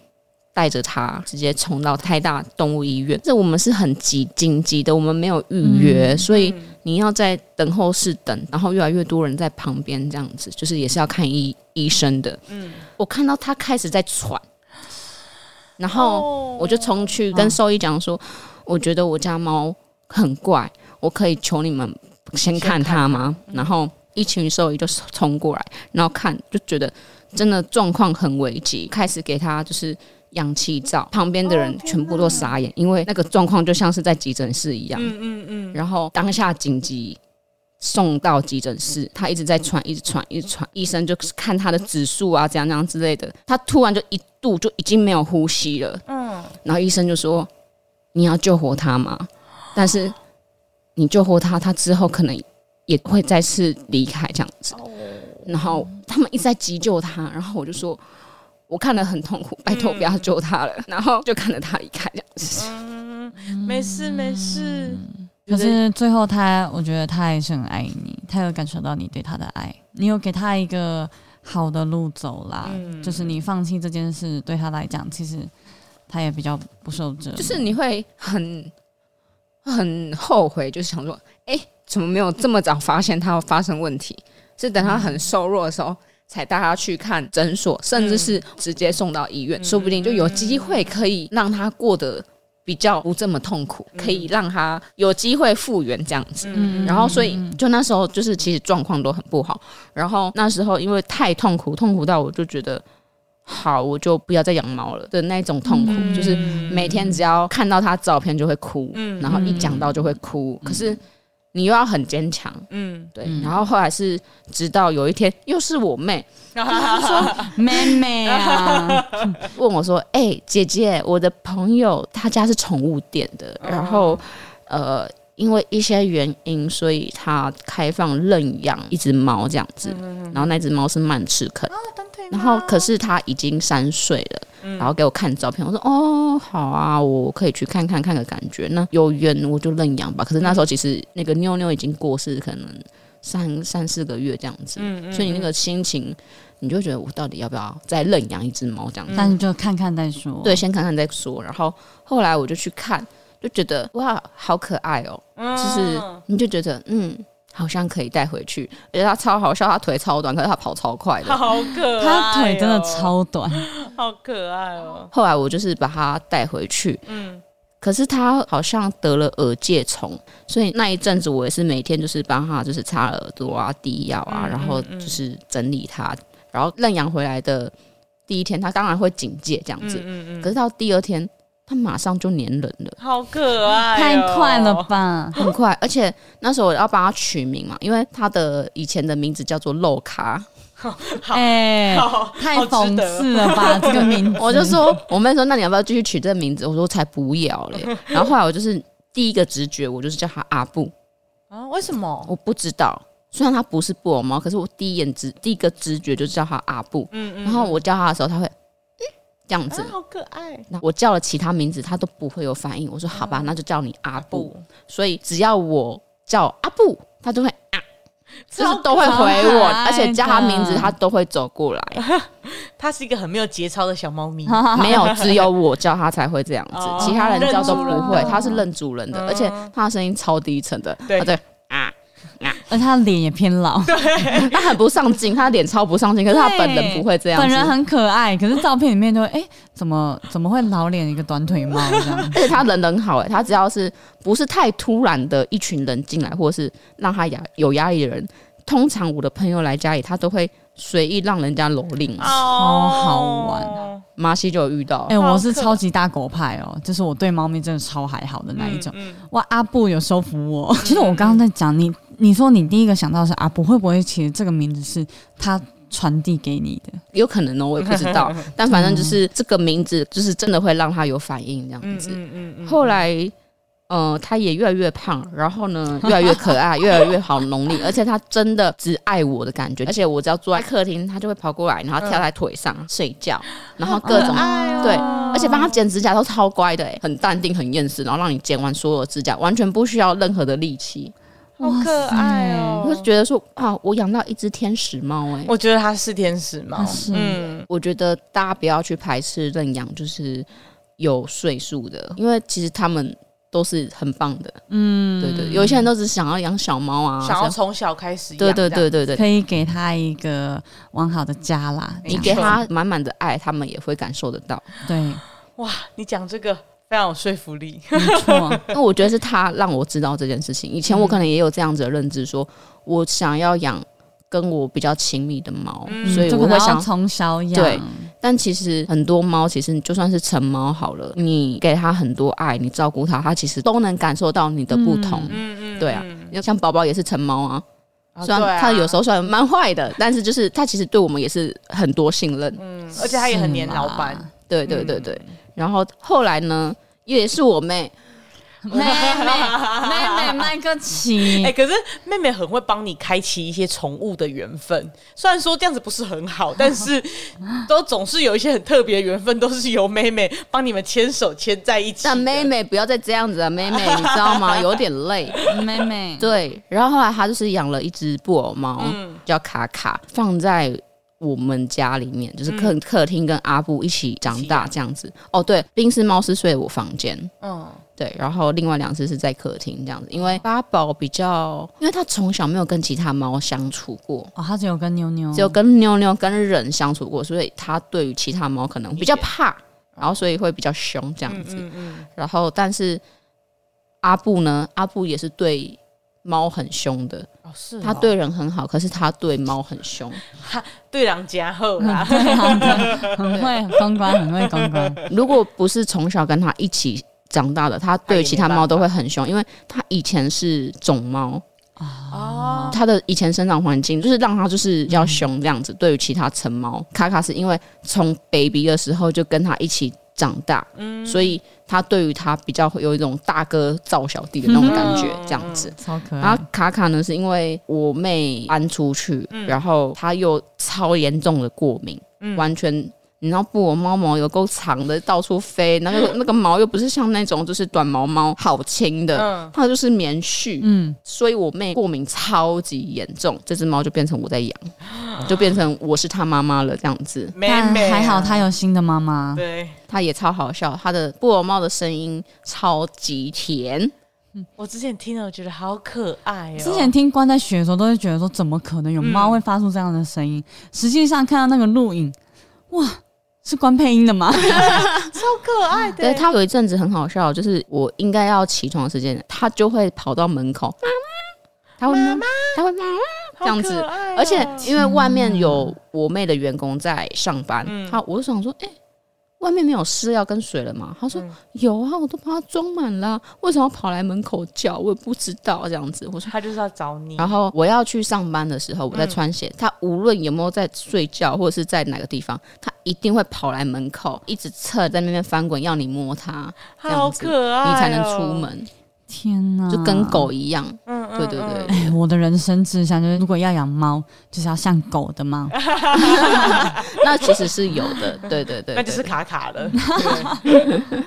带着他直接冲到台大动物医院。这我们是很急紧急的，我们没有预约，所以你要在等候室等，然后越来越多人在旁边这样子，就是也是要看医医生的。我看到他开始在喘，然后我就冲去跟兽医讲说，我觉得我家猫很怪，我可以求你们先看它嗯吗？然后一群兽医就冲过来，然后看就觉得真的状况很危急，开始给他就是。氧气罩，旁边的人全部都傻眼，因为那个状况就像是在急诊室一样。嗯嗯嗯，然后当下紧急送到急诊室，他一直在喘，一直喘，一直喘，医生就看他的指数啊，怎样怎样之类的，他突然就一度就已经没有呼吸了，嗯，然后医生就说你要救活他吗？但是你救活他，他之后可能也会再次离开这样子，然后他们一直在急救他，然后我就说。我看得很痛苦，拜托不要救他了。然后就看着他离开这样子。没事没事，可是最后他，我觉得他还是很爱你，他有感受到你对他的爱，你有给他一个好的路走啦。就是你放弃这件事，对他来讲，其实他也比较不受折磨。就是你会很很后悔，就是想说，哎、怎么没有这么早发现他发生问题？是等他很瘦弱的时候才带他去看诊所，甚至是直接送到医院，说不定就有机会可以让他过得比较不这么痛苦，可以让他有机会复原这样子。嗯，然后所以就那时候就是其实状况都很不好，然后那时候因为太痛苦，痛苦到我就觉得。好，我就不要再养猫了的那种痛苦，就是每天只要看到它照片就会哭，然后一讲到就会哭。可是你又要很坚强，嗯，对。然后后来是直到有一天，又是我妹他说妹妹啊，问我说：“哎、姐姐，我的朋友他家是宠物店的，然后呃，因为一些原因，所以他开放认养一只猫这样子。然后那只猫是曼赤肯，然后可是它已经三岁了，然后给我看照片，我说：哦，好啊，我可以去看看看个感觉。那有缘我就认养吧。可是那时候其实那个妞妞已经过世，可能三三四个月这样子，嗯所以你那个心情。”你就会觉得我到底要不要再认养一只猫这样子？但是就看看再说。对，，先看看再说。然后后来我就去看，就觉得哇，好可爱哦、嗯就是你就觉得嗯，好像可以带回去。而且它超好笑，它腿超短，可是它跑超快的。好可爱，他腿真的，超短，好可爱哦，后来我就是把它带回去，嗯，可是它好像得了耳疥虫，所以那一阵子我也是每天就是帮它就是擦耳朵嗯啊、滴药啊，然后就是整理它，然后认养回来的第一天，它当然会警戒这样子，嗯嗯，可是到第二天，它马上就粘人了。 好可爱，太快了，吧？很快，而且那时候我要帮他取名嘛，因为他的以前的名字叫做肉 卡，好哎、好，太好值讽得刺了吧？这个名字， 我就说，我妹说那你要不要继续取这个名字？我说才不要嘞。然后后来我就是第一个直觉，我就是叫他阿布，啊，为什么？我不知道，虽然他不是布偶猫，可是我第一眼直第一个直觉就是叫他阿布。嗯嗯，然后我叫他的时候，他会、嗯、这样子啊，。好可爱，那我叫了其他名字，他都不会有反应。我说好嗯吧，那就叫你阿布。不，所以只要我叫阿布，他就会啊，就是都会超可爱回我，的而且叫他名字，他都会走过来。 它是一个很没有节操的小猫咪，没有，只有我叫他才会这样哦子，其他人叫都不会认主人。嗯他是认主人的，而且他的声音超低沉的，对他对啊。而且他脸也偏老，他很不上镜，他脸超不上镜，可是他对本人不会这样子。本人很可爱，可是照片里面就会，哎、怎么怎么会老脸一个短腿猫这样？而且他人很好哎、他只要是不是太突然的一群人进来，或是让他压有压力的人，通常我的朋友来家里，他都会随意让人家蹂躏。超好玩，马西就有遇到哎、，我是好可超级大狗派哦，就是我对猫咪真的超还好的那一种。嗯哇，阿布有收服我。其实我刚刚在讲你，你说你第一个想到的是阿布，会不会其实这个名字是他传递给你的。有可能哦，我也不知道。但反正就是这个名字，就是真的会让他有反应嗯这样子。后来，呃，他也越来越胖，然后 呢，越来越可爱，越来越好农力，而且他真的只爱我的感觉。而嗯且我只要坐在客厅，他就会跑过来，然后跳在腿上、睡觉，然后各种、对，而且帮他剪指甲都超乖的、欸，很淡定，很厌世，然后让你剪完所有的指甲，完全不需要任何的力气。好可爱哦、我就觉得说啊，我养到一只天使猫哎、我觉得它是天使猫啊它，是嗯，我觉得大家不要去排斥认养，就是有岁数的，因为其实他们都是很棒的。嗯，对对，有一些人都只想要养小猫啊，想要想从小开始养，对对对对对，可以给他一个完好的家啦，这你样给他满满的爱，他们也会感受得到。对，哇，你讲这个非常有说服力，没错，因为我觉得是他让我知道这件事情，以前我可能也有这样子的认知，说我想要养跟我比较亲密的猫，所以就嗯可我会能要想从小养，对但其实很多猫，其实就算是成猫好了，你给它很多爱，你照顾它，它其实都能感受到你的不同。 嗯嗯，对啊，像宝宝也是成猫啊，啊虽对然啊它有时候虽然蛮坏的，但是就是它其实对我们也是很多信任。嗯而且它也很黏老板是，啦对对对对。然后后来呢，也是我妹，妹妹妹妹麦克奇 哎、，可是妹妹很会帮你开启一些宠物的缘分，虽然说这样子不是 很好，但是都总是有一些很特别的缘分，都是由妹妹帮你们牵手牵在一起的。但妹妹不要再这样子了，啊妹 妹你知道吗？有点累。妹妹，对，然后后来他就是养了一只布偶猫，嗯叫卡卡，放在我们家里面，就是嗯客客厅跟阿布一起长大这样子。哦，对，冰丝猫是睡我房间，嗯，对，然后另外两只是在客厅这样子，因为八宝比较，因为它从小没有跟其他猫相处过。哦，他只有跟妞妞，只有跟妞妞、跟人相处过，所以它对于其他猫可能比较怕，然后所以会比较凶嗯这样子。然后，但是阿布呢，阿布也是对猫很凶的，哦是他对人很好，可是他对猫很凶。对狼加厚啦，嗯对啊，对很会公关，很会公关，如果不是从小跟他一起长大的，他他也对没其他猫都会很凶，因为他以前是种猫哦，他的以前生长环境就是让他就是要凶这样子。对于其他成猫，卡卡是因为从 baby 的时候就跟他一起长大，所以他对于他比较会有一种大哥罩小弟的那种感觉，这样子。超可然爱后。卡卡呢，是因为我妹搬出去，然后她又超严重的过敏，完全你知道布偶猫毛有够长的，到处飞，那个那个毛又不是像那种就是短毛猫好轻的，它就是棉絮，嗯，所以我妹过敏超级严重，这只猫就变成我在养，就变成我是它妈妈了这样子。妹但妹啊还好他有新的妈妈，对，它也超好笑，它的布偶猫的声音超级甜，我之前听了，我觉得好可爱哦、之前听关在学的时候，都会觉得说怎么可能有猫会发出这样的声音？嗯实际上看到那个录影，哇，是关配音的 吗？好可爱的、对，它有一阵子很好笑，就是我应该要起床的时间，它就会跑到门口，妈妈，它会妈妈，它会妈妈这样子好可，爱哦而且因为外面有我妹的员工在上班，嗯她我就想说，哎、外面没有饲料跟水了吗？她嗯说、有啊，我都把它装满了，啊为什么要跑来门口叫？我也不知道这样子。我说，他就是要找你，然后我要去上班的时候，我嗯在穿鞋，它无论有没有在睡觉或者是在哪个地方，它一定会跑来门口，一直侧在那边翻滚，要你摸它，这好样子可爱、哦你才能出。门，天哪，就跟。狗一样。嗯对对对。哎，我的人生志向就是，如果要养猫，就是要像狗的猫。那其实是有的，对对对， 那就是对嗯卡卡了，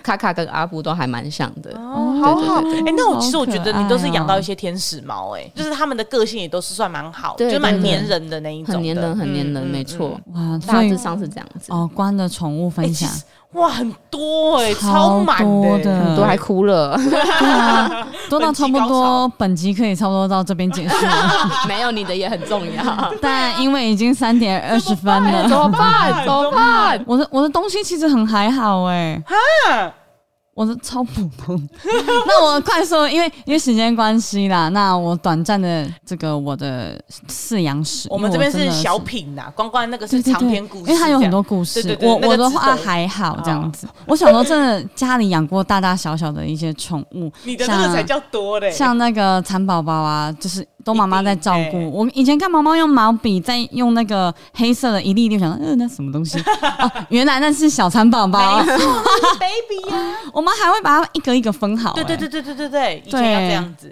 卡卡跟阿布都还蛮像的。哦，好好哦哎、那我其实我觉得啊你都是养到一些，些天使猫，哎，就是他们的个性也都是算蛮好的，对就蛮对对粘人的那一种的，很黏人，很黏嗯人，嗯没错，哇，大所以致上是这样子。哦，关的宠物分享哎，哇，很多哎、超超满多的的欸、很多还 哭了， 对啊，多到差不本集高多，本集可以差不多到这边结 束了，没有你的也很重 要。但因为已经三点二十分嗯怎么了， 办？怎么办？我的我的东西其实很还好哎、我的超普通。 那我快速，因为因为时间关系啦，那我短暂的这个我的饲养史，我们这边因为是我真的小品呐、光光那个对是对长对，篇故事，因为它有很多故事。对对对那我个我的值话得还好这样嗯子。我小时候真的家里养过大大小小的一些宠物， 这样，你的这个像才叫多嘞、像那个蚕宝宝啊，就是都妈妈在照一顾定。我以前看毛毛用毛笔，在用那个黑色的一粒一粒，想说，嗯、那什么东 西？哦，原来那是小蚕宝宝。没错那是，baby 呀、我们还会把它一个一个分 好、对对对欸。对对对对，以对前要这样子，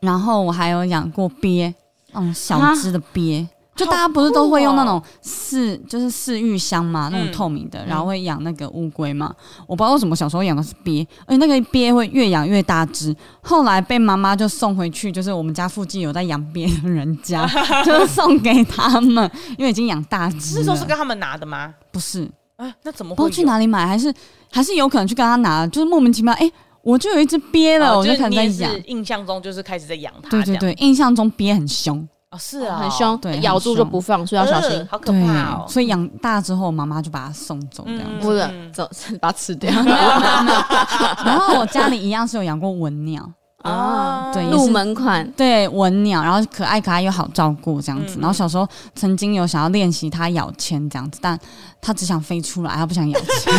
然后我还有养过鳖，嗯，小啊只的鳖。就好大家不是都会用酷哦那种饲，就是饲育箱嘛，那种嗯透明的，然后会养那个乌龟嘛。我不知道为什么小时候养的是鳖，而且那个鳖会越养越大只，后来被妈妈就送回去，就是我们家附近有在养鳖的人 家，就是送给他们，因为已经养大只那了。时候是跟他们拿的吗？不是，啊，那怎么不知道会有？去哪里买，还是还是有可能去跟他拿，就是莫名其妙，哎、我就有一只鳖了，哦我就是可能你在也养是。印象中就是开始在养它，对对，对，印象中鳖很凶，哦是啊，很凶对，咬住很就凶不放，所以要小心呃。好可对怕哦，。所以养大之后，妈妈就把它送走这样。嗯不是嗯，走， 把 它吃掉。然后我家里一样是有养过文鸟，啊，对也是入门款，对文鸟，然后可爱可爱又好照顾这样子。嗯然后小时候曾经有想要练习它咬铅这样子，但它只想飞出来，它不想咬铅。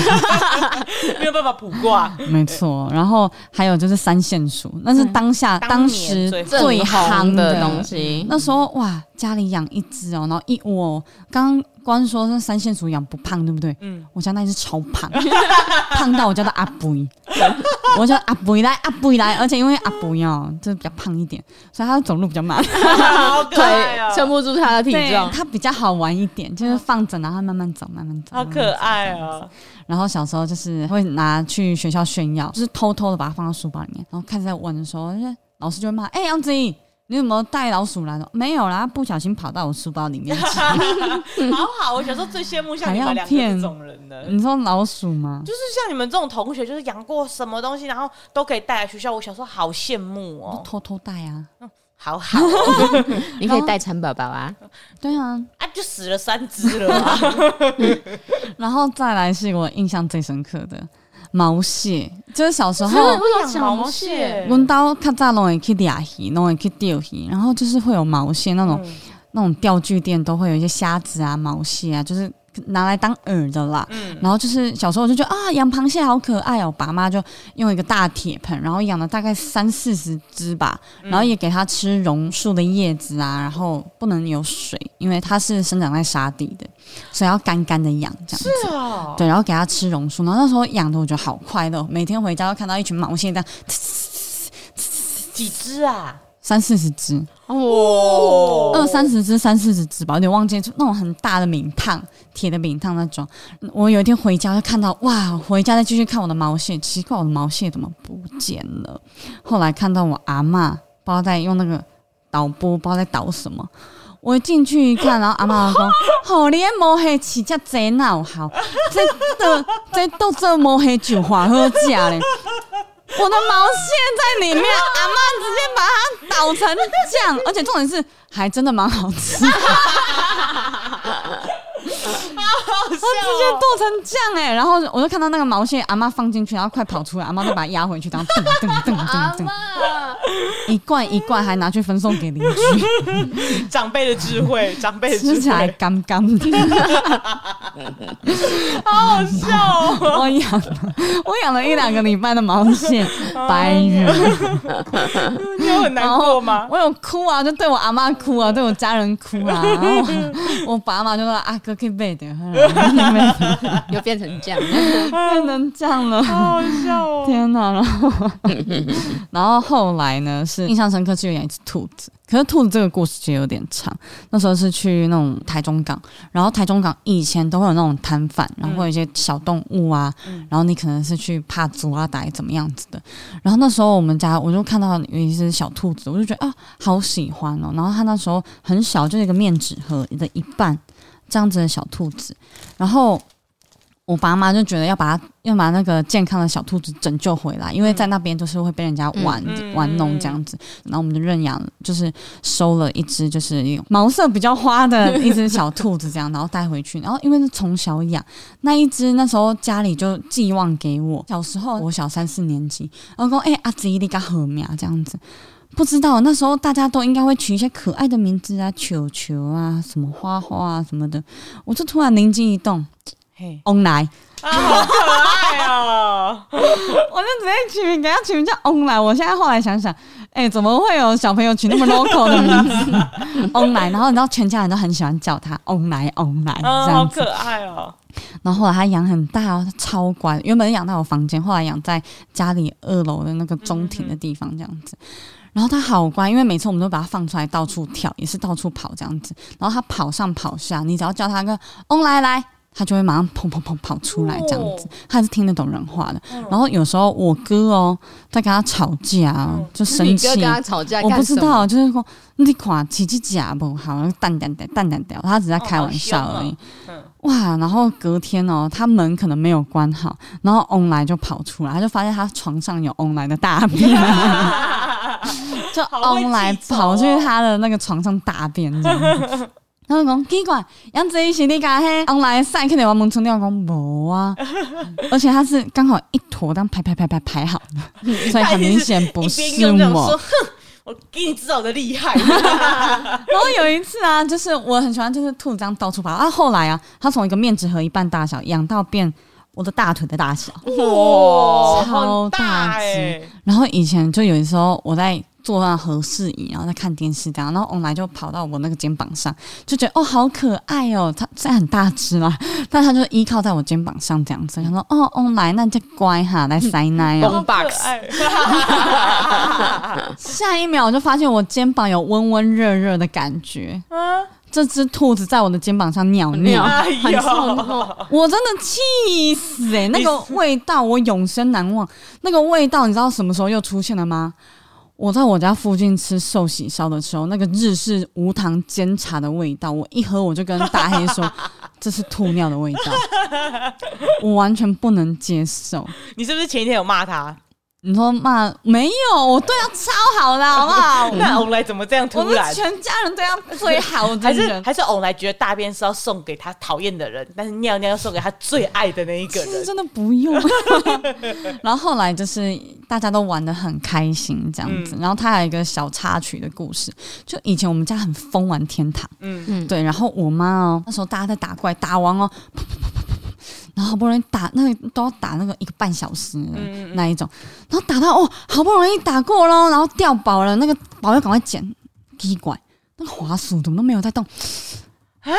没有办法卜 卦，没错。然后还有就是三线鼠，那是当下、当当年时最正最夯红的的嗯东西。那时候哇，家里养一只哦，然后一窝哦、刚刚光说那三线鼠养不胖，对不对？嗯，我家那一只超胖， 胖到我叫它阿布， 我叫阿布来阿布来，而且因为阿布哦，就是比较胖一点，所以它走路比较 慢，好可爱腿撑哦，不住他的体对重，它比较好玩一点，就是放着，然后它慢慢走，慢慢走，好慢慢可走爱。哦，然后小时候就是会拿去学校炫耀，就是偷偷的把它放到书包里面，然后开始在玩的时候，就是老师就会骂：“哎、杨子怡，你有没有带老鼠来的？没有啦，不小心跑到我书包里面去。 好好，我小时候最羡慕像你们两个这种人的。你知道老鼠吗？就是像你们这种同学，就是养过什么东西，然后都可以带来学校。我小时候好羡慕我就哦，偷偷带啊，好好哦你可以带蚕宝宝啊。对啊，啊，就死了三 只了啊。然后再来是我印象最深刻的毛蟹，就是小时候 为养毛蟹，阮兜较早拢会去掠鱼，拢会去钓鱼，然后就是会有毛蟹那种、嗯那种钓具店都会有一些虾子啊、毛蟹啊，就是拿来当饵的啦。嗯然后就是小时候我就觉得啊，养螃蟹好可爱哦，爸妈就用一个大铁盆，然后养了大概三四十只吧，嗯然后也给它吃榕树的叶子啊，然后不能有水，因为它是生长在沙地的，所以要干干的养这样子。是哦，对，然后给它吃榕树，然后那时候养的我觉得好快乐，每天回家都看到一群毛蟹这样几只啊？三四十只，哦二三十只、三四十只吧，有点忘记，就那种很大的饼烫，铁的饼烫那种。我有一天回家就看到，哇，回家再继续看我的毛线，奇怪，我的毛线怎么不见了？后来看到我阿嬷不知道在用那个导播，不知道在导什么。我进去一看，然后阿妈说：“好连毛黑起只贼闹好，这的这都这毛黑酒花喝假嘞。”我的毛线 在里面，阿妈直接把它捣成酱，而且重点是还真的蛮好哦吃，它直直接剁成酱哎、然后我就看到那个毛线，阿妈放进去，然后快跑出来，阿妈就把它压回去，然后噔噔噔噔噔，一罐一罐还拿去分送给邻 居，长辈的智慧， 长辈的智吃起来慧，干干的。好好笑哦。我养了，我养了一两个礼拜的毛 线，白人，你有很难过吗？我有哭啊，就对我阿妈哭啊，对我家人哭啊，然后我我爸妈就说阿哥可以背的，嗯 又变成这样，变成这样了。好好笑哦。天哪！然后，然后后来呢？是印象深刻是有养一只兔子，可是兔子这个故事其实有点长。那时候是去那种台中港，然后台中港以前都会有那种摊贩，然后会有一些小动物啊，然后你可能是去怕猪啊、打怎么样子的。然后那时候我们家我就看到有一只小兔子，我就觉得啊，好喜欢哦。然后它那时候很小，就是一个面纸盒的一半这样子的小兔子，然后。我爸妈就觉得要把它要把那个健康的小兔子拯救回来，因为在那边就是会被人家玩、嗯玩弄这样子。然后我们就认养，就是收了一只就是毛色比较花的一只小兔子这样，然后带回去。然后因为是从小养那一只，那时候家里就寄望给我。小时候我小三四年级，然后说：“哎、阿紫一定该和苗啊这样子。”不知道那时候大家都应该会取一些可爱的名字啊，球球啊，什么花花啊什么的。我就突然灵机一动，嘿，翁来，啊，好可爱哦！我就直接取名给他取名叫翁来。我现在后来想想，哎、怎么会有小朋友取那么 local 的名 字翁来？然后你知道全家人都很喜欢叫他翁来翁来啊，这好样子。可爱 哦！然后后来他养很大哦，它超乖，原本养在我房间，后来养在家里二楼的那个中庭嗯的地方这样子。然后它好乖，因为每次我们都把它放出来到处跳，也是到处跑这样子。然后它跑上跑下，你只要叫它个“嗡来来”，它就会马上砰砰砰跑出来这样哦子。它是听得懂人话的。然后有时候我哥哦在跟它吵架哦，就生你气不要，跟他吵架，我不知道，，就是说你看起起假不好，蛋蛋蛋蛋蛋掉，他只是在开玩笑而已。嗯哦好哇！然后隔天哦，他门可能没有关好，然后翁来就跑出来，他就发现他床上有翁来的大 便，就翁来哦跑去他的那个床上大便这样子。他就讲奇怪，杨子怡是你家嘿，翁来晒去你往门冲掉，我讲无 啊，而且他是刚好一坨这样排排排排排好 的，所以很明显不一边是用那种我说，。哼，我给你知道我的厉害，然后有一次啊，就是我很喜欢，就是兔子这样到处跑啊。后来啊，它从一个面纸盒一半大小养到变我的大腿的大小。哇，超很大欸大哎！然后以前就有的时候我在坐上合适椅，啊然后在看电视这样，然后翁来就跑到我那个肩膀上，就觉得哦好可爱哦，它虽然很大只啦， 但它就依靠在我肩膀上这样子，想说哦翁来那就乖哈，来塞奶哦。好可爱 box，下一秒我就发现我肩膀有温温热热的感觉，这只兔子在我的肩膀上尿尿尿。哎呦很臭哦，我真的气死哎、那个你味道我永生难忘。那个味道你知道什么时候又出现了吗？我在我家附近吃寿喜烧的时候，那个日式无糖煎茶的味道，我一喝我就跟大黑 说这是吐尿的味道，我完全不能接受。你是不是前一天有骂他？你说骂没有？我对他超好的，好不好？ 那我来怎么这样嗯我突们然？全家人对他最好的还是人，还是偶来觉得大便是要送给他讨厌的人，但是尿尿要送给他最爱的那一个其实人。真的不用。 然后后来就是大家都玩的很开心这样嗯子，然后他还有一个小插曲的故事，就以前我们家很疯玩天堂，嗯，嗯对，然后我妈哦，那时候大家在打怪打完哦。啪啪啪啪啪啪然后好不容易打那个都要打那个一个半小时的那一种，然后打到哦，好不容易打过喽，然后掉宝了，那个宝要赶快捡，奇怪，那个滑鼠怎么都没有在动，哎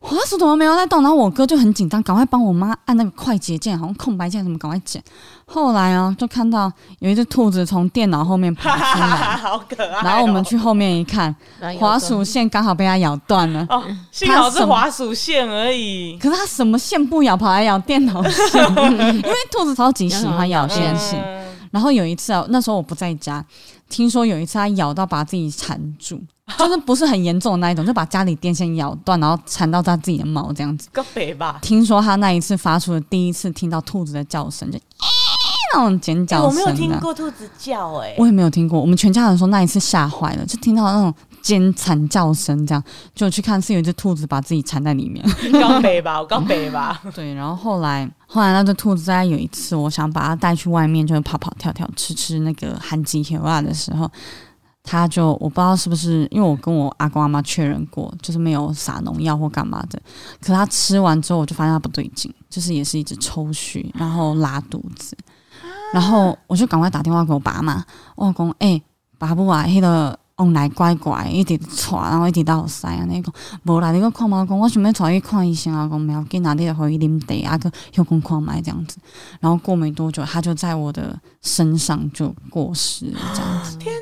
滑鼠怎么没有在动？然后我哥就很紧张，赶快帮我妈按那个快捷键，好像空白键什么，赶快剪。后来啊，就看到有一只兔子从电脑后面爬出来， 好可爱哦。然后我们去后面一看，滑有鼠线刚好被它咬断了。哦，幸好是滑鼠线而已。可是它什么线不咬，跑来咬电脑线， 因为兔子超级喜欢咬线线。嗯然后有一次啊，那时候我不在家，听说有一次它咬到把自己缠住，就是不是很严重的那一种，就把家里电线咬断，然后缠到它自己的毛这样子。个北吧。听说他那一次发出的第一次听到兔子的叫声，就、欸、那种尖哎叫我声、没啊有听，过兔子叫哎，我也没有听过。我们全家人说那一次吓坏了，就听到那种尖惨叫声，这样就去看是有一只兔子把自己缠在里面。刚北吧，我刚北 吧。对，然后后来后来那只兔子在有一次，我想把它带去外面，就是跑跑跳跳，吃吃那个韩吉铁袜的时候。它就我不知道是不是，因为我跟我阿公阿妈确认过，就是没有撒农药或干嘛的。可是它吃完之后，我就发现它不对劲，就是也是一直抽搐，然后拉肚子，然后我就赶快打电话给我爸妈，我讲哎、欸，爸母啊，迄、那个往来乖乖，一直喘，然后一直到塞啊，那个。无啦，你搁看嘛，讲我想要带去看医生啊，讲没有，给哪里就可以啉茶啊，个休困看麦这样子。然后过没多久，他就在我的身上就过世了，这样子。天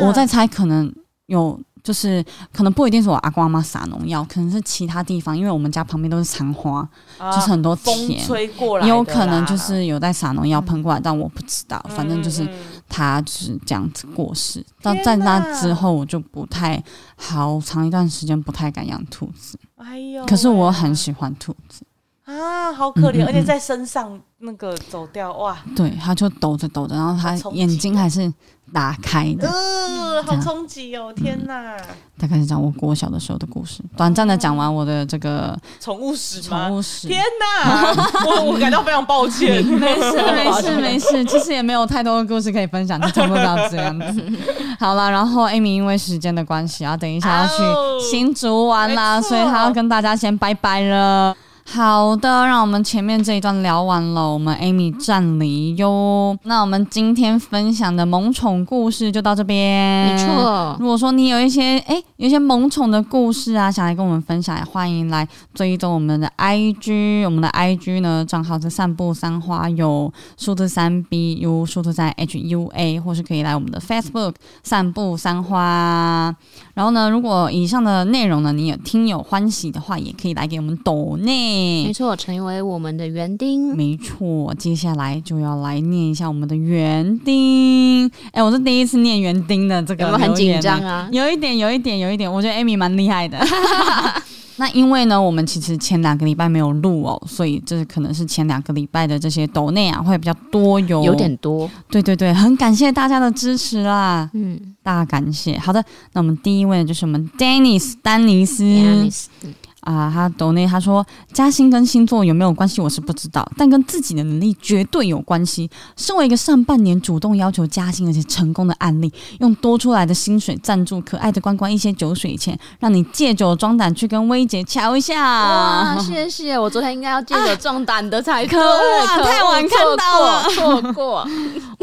哪！我在猜，可能有。就是可能不一定是我阿公阿妈撒农药，可能是其他地方，因为我们家旁边都是残花，啊就是很多风田，吹过来也的啦，有可能就是有在撒农药喷过来，但我不知道。反正就是嗯嗯嗯他就是这样子过世。到天在哪那之后，我就不太好长一段时间不太敢养兔子。哎呦，可是我很喜欢兔子，啊，好可嗯嗯怜，嗯而且在身上那个走掉，哇，对，它就抖着抖着，然后它好憧憬眼睛还是打开的，呃，嗯好冲击哦，天哪！大概是讲我国小的时候的故事。短暂的讲完我的这个宠物史宠吗？物史，天哪，我我感到非常抱 歉。没事没事没事，其实也没有太多的故事可以分享，就全部到这样子。好了，然后 Amy 因为时间的关系，啊，等一下要去哦新竹玩啦，没错所以她要跟大家先拜拜了。好的，让我们前面这一段聊完了，我们 Amy 站离哟。那我们今天分享的萌宠故事就到这边，没错，如果说你有一些哎、有一些萌宠的故事啊，想来跟我们分享，也欢迎来追踪我们的 IG，我们的 IG 呢账号是散步三花，有数字三 B U 数字三 H U A，或是可以来我们的 Facebook 散步三花。然后呢，如果以上的内容呢你有听友欢喜的话，也可以来给我们抖内没。错，成为我们的园丁。没错，接下来就要来念一下我们的园丁。哎，我是第一次念园丁的这个有没有很留言紧呢张啊？ 有一点，有一点，有一点，我觉得 Amy 蛮厉害 的。那因为呢，我们其实前两个礼拜没有录哦，所以这可能是前两个礼拜的这些抖内啊会比较多哟。有点多，对对对，很感谢大家的支持啦，嗯，大感谢。好的，那我们第一位呢就是我们 Dennis 丹尼斯。啊，他抖内他说加薪跟星座有没有关系，我是不知道，但跟自己的能力绝对有关系。身为一个上半年主动要求加薪而且成功的案例，用多出来的薪水赞助可爱的关关一些酒水钱，让你借酒装胆去跟薇姐瞧一下哇，。谢谢！我昨天应该要借酒壮胆的才啊可恶啊对太晚看到了错过，错过，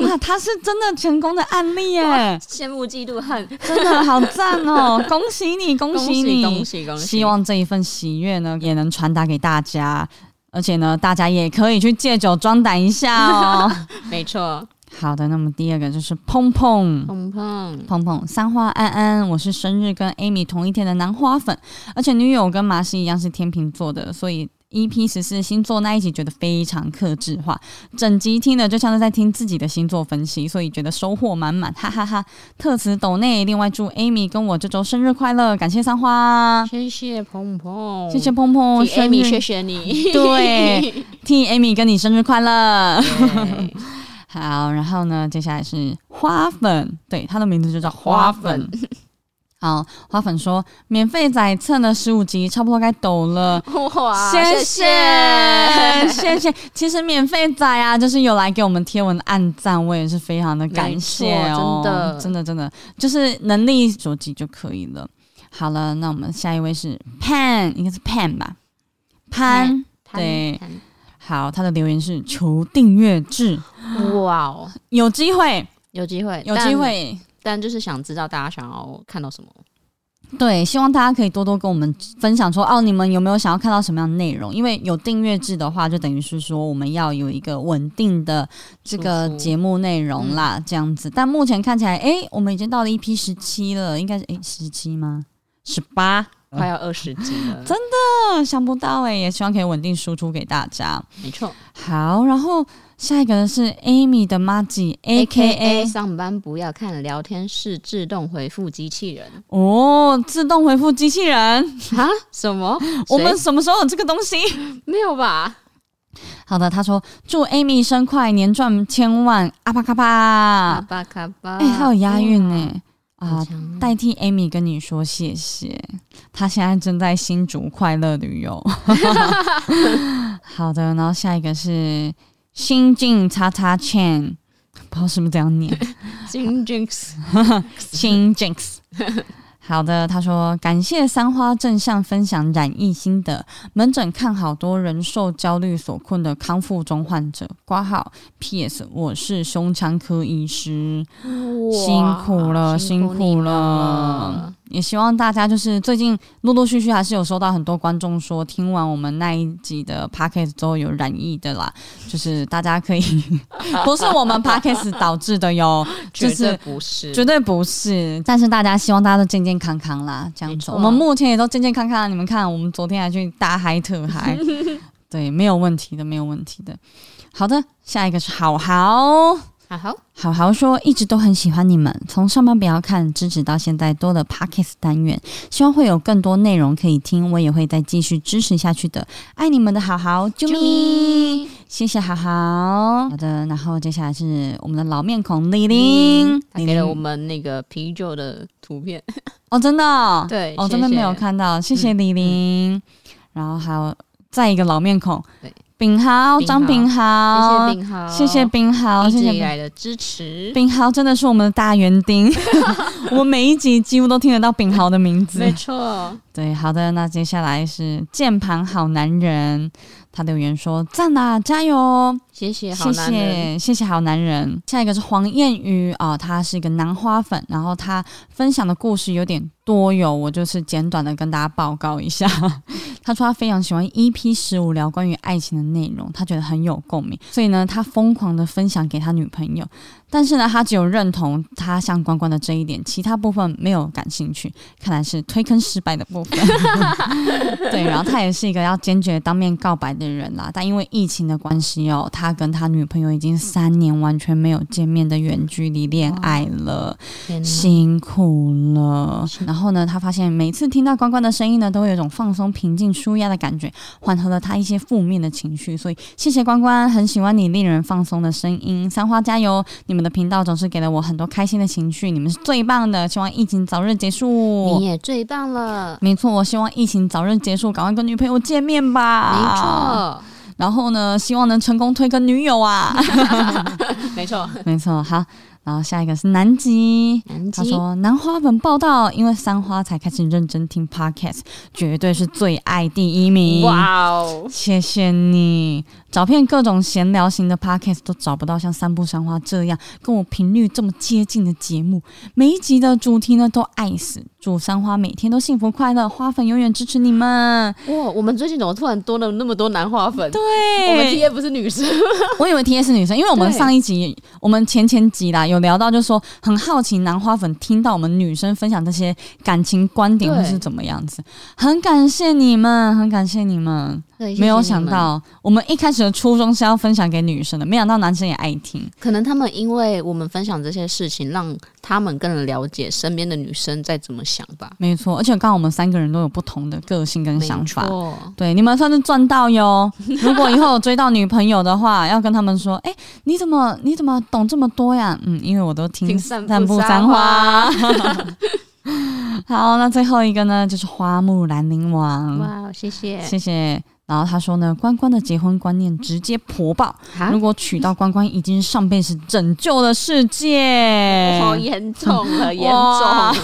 哇，他是真的成功的案例耶，羡慕嫉妒恨，真的好赞哦！恭喜你，恭恭喜喜你，恭喜恭喜！希望这一份喜悦呢，也能传达给大家。而且呢，大家也可以去借酒装胆一下哦。没错，好的，那么第二个就是碰碰。碰碰碰碰三花安安，我是生日跟 Amy 同一天的南花粉，而且女友跟马西一样是天秤座的，所以 EP 十四星座那一集觉得非常克制化，整集听的就像是在听自己的星座分析，所以觉得收获满满，哈哈哈特此抖内，另外祝 Amy 跟我这周生日快乐，感谢三花，谢谢碰碰，谢谢碰碰，替生 Amy，日谢谢你。对，替 Amy 跟你生日快乐。好，然后呢，接下来是花粉，对，它的名字就叫花粉。 好，花粉说免费仔蹭了十五集，差不多该抖了。 哇，谢谢谢谢谢，其实免费仔啊，就是有来给我们贴文按赞，我也是非常的感谢哦，没错真的真的真的，就是能力所及就可以了。好了，那我们下一位是 Pan，应该是 Pan 吧，潘，对好，他的留言是求订阅制，哇哦，有机会，有机会，有机，会。但就是想知道大家想要看到什么。对，希望大家可以多多跟我们分享说，哦，你们有没有想要看到什么样的内容？因为有订阅制的话，就等于是说我们要有一个稳定的这个输出节目内容啦，这样子。但目前看起来，诶，我们已经到了一批十七了，应该是诶十七吗？十八，快要二十集了，嗯真嗯，想不到诶，也希望可以稳定输出给大家。没错。好，然后下一个是 Amy 的妈吉 A K A 上班不要看聊天室自动回复机器人哦，自动回复机器人，啊？什么？我们谁什么时候有这个东西？ 没有吧？好的，他说祝 Amy 生快，年赚千万，啊阿巴卡卡巴。巴卡巴，哎、还有押韵呢、啊好啊！强代替 Amy 跟你说谢谢，他现在正在新竹快乐旅游。好的，然后下一个是新晋叉叉 Chen，不知道是不是这样念。金 Jinx，新 Jinx。好的，他说感谢三花正向分享染疫心得，门诊看好多人受焦虑所困的康复中患者。挂号 PS，我是胸腔科医师，辛苦了，辛苦苦你们了。。也希望大家就是最近陆陆续续还是有收到很多观众说，听完我们那一集的 podcast 之后有染疫的啦，就是大家可以 不是我们 podcast 导致的哟，就绝对是不是，绝对不是，但是大家希望大家都健健康康啦，这样没子。错我们目前也都健健康康，你们看，我们昨天还去大嗨特 嗨，对，没有问题的，没有问题的。好的，下一个是好好。好好好好说，一直都很喜欢你们，从上班不要看支持到现在多了 Pockets 单元，希望会有更多内容可以听，我也会再继续支持下去的。爱你们的好好，啾咪，谢谢好好。好的，然后接下来是我们的老面孔李玲，嗯他给了我们那个啤酒的图片，哦，真的哦，对哦，谢嗯真的没有谢看到，谢谢李玲。然后还有再一个老面孔，对炳豪，炳豪张炳豪，谢谢，炳豪，谢谢炳豪，一直谢谢以炳豪来的支持。炳豪真的是我们的大园 丁，我们每一集几乎都听得到炳豪的名字没。错，对，好的，那接下来是键盘好男人，他留言说赞啦，加油！哦谢谢好谢男人，谢谢谢好男人。下一个是黄燕瑜啊、他是一个南花粉，然后他分享的故事有点多哟，我就是简短的跟大家报告一下。 他说他非常喜欢 EP 十五聊关于爱情的内容，他觉得很有共鸣，所以呢，他疯狂的分享给他女朋友。但是呢，他只有认同他相关关的这一点，其他部分没有感兴趣，看来是推坑失败的部分。对，然后他也是一个要坚决当面告白的人啦，但因为疫情的关系哦，他跟他女朋友已经三年完全没有见面的远距离恋爱了，天哪辛苦了。然后呢，他发现每次听到关关的声音呢，都会有一种放松、平静、舒压的感觉，缓和了他一些负面的情绪。所以谢谢关关，很喜欢你令人放松的声音。三花加油！你们的频道总是给了我很多开心的情绪，你们是最棒的。希望疫情早日结束。你也最棒了，没错，我希望疫情早日结束，赶快跟女朋友见面吧。没没错，然后呢，希望能成功推跟女友 啊。错，没错。没错，好，然后下一个是南极。南他极说：“南花粉报道，因为三花才开始认真听 podcast，绝对是最爱第一名。”哇哦，谢谢你，找遍各种闲聊型的 podcast 都找不到像三步山花这样跟我频率这么接近的节目。每一集的主题呢都爱死，祝三花每天都幸福快乐，花粉永远支持你们。哇，我们最近怎么突然多了那么多男花粉？我们对， T A 不是女 生，我以为 T A 是女生，因为我们对上一集、我们前前集啦有聊到，就说很好奇男花粉听到我们女生分享这些感情观点对或是怎么样子，很感谢你们，很感谢你们。没有想，到，我们一开始的初衷是要分享给女生的，没想到男生也爱听。可能他们因为我们分享这些事情，让他们更了解身边的女生在怎么想吧。没错，而且刚好我们三个人都有不同的个性跟想法没。错对，你们算是赚到哟。如果以后有追到女朋友的话，要跟他们说：“哎、你怎么你怎么懂这么多呀？”嗯，因为我都听听散散步步三三花。好，那最后一个呢，就是花木兰陵王。哇，谢谢。嗯谢谢。然后他说呢，关关的结婚观念直接破爆，啊如，果娶到关关，已经上辈子拯救了世界，好哦严重 了，严重哇了，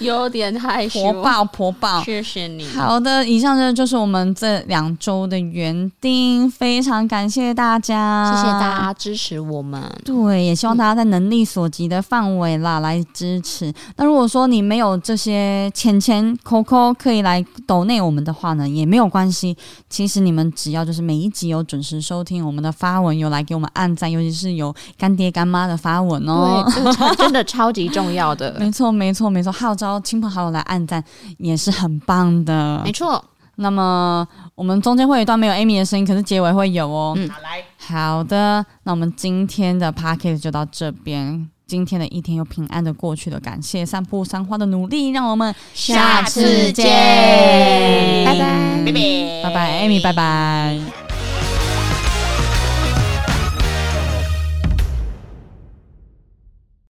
有点害羞。婆爆婆爆。谢谢你，好的，以上呢就是我们这两周的园丁，非常感谢大家，谢谢大。家支持我们。对，也希望大家在能力所及的范围啦来支持。那如果说你没有这些钱钱、扣扣可以来抖内我们的话呢，也没有关系。其实你们只要就是每一集有准时收听我们的发文，有来给我们按赞，尤其是有干爹干妈的发文哦。对，这个超真的超级重要的， 没错，没错，没错，号召亲朋好友来按赞也是很棒的没。错。那么我们中间会有一段没有 Amy 的声音，可是结尾会有哦。嗯好来，好的，那我们今天的 p a c k a g e 就到这边。今天的一天又平安的过去了，感谢散步三花的努力，让我们下次见拜拜拜拜拜，拜拜，Amy，拜。拜。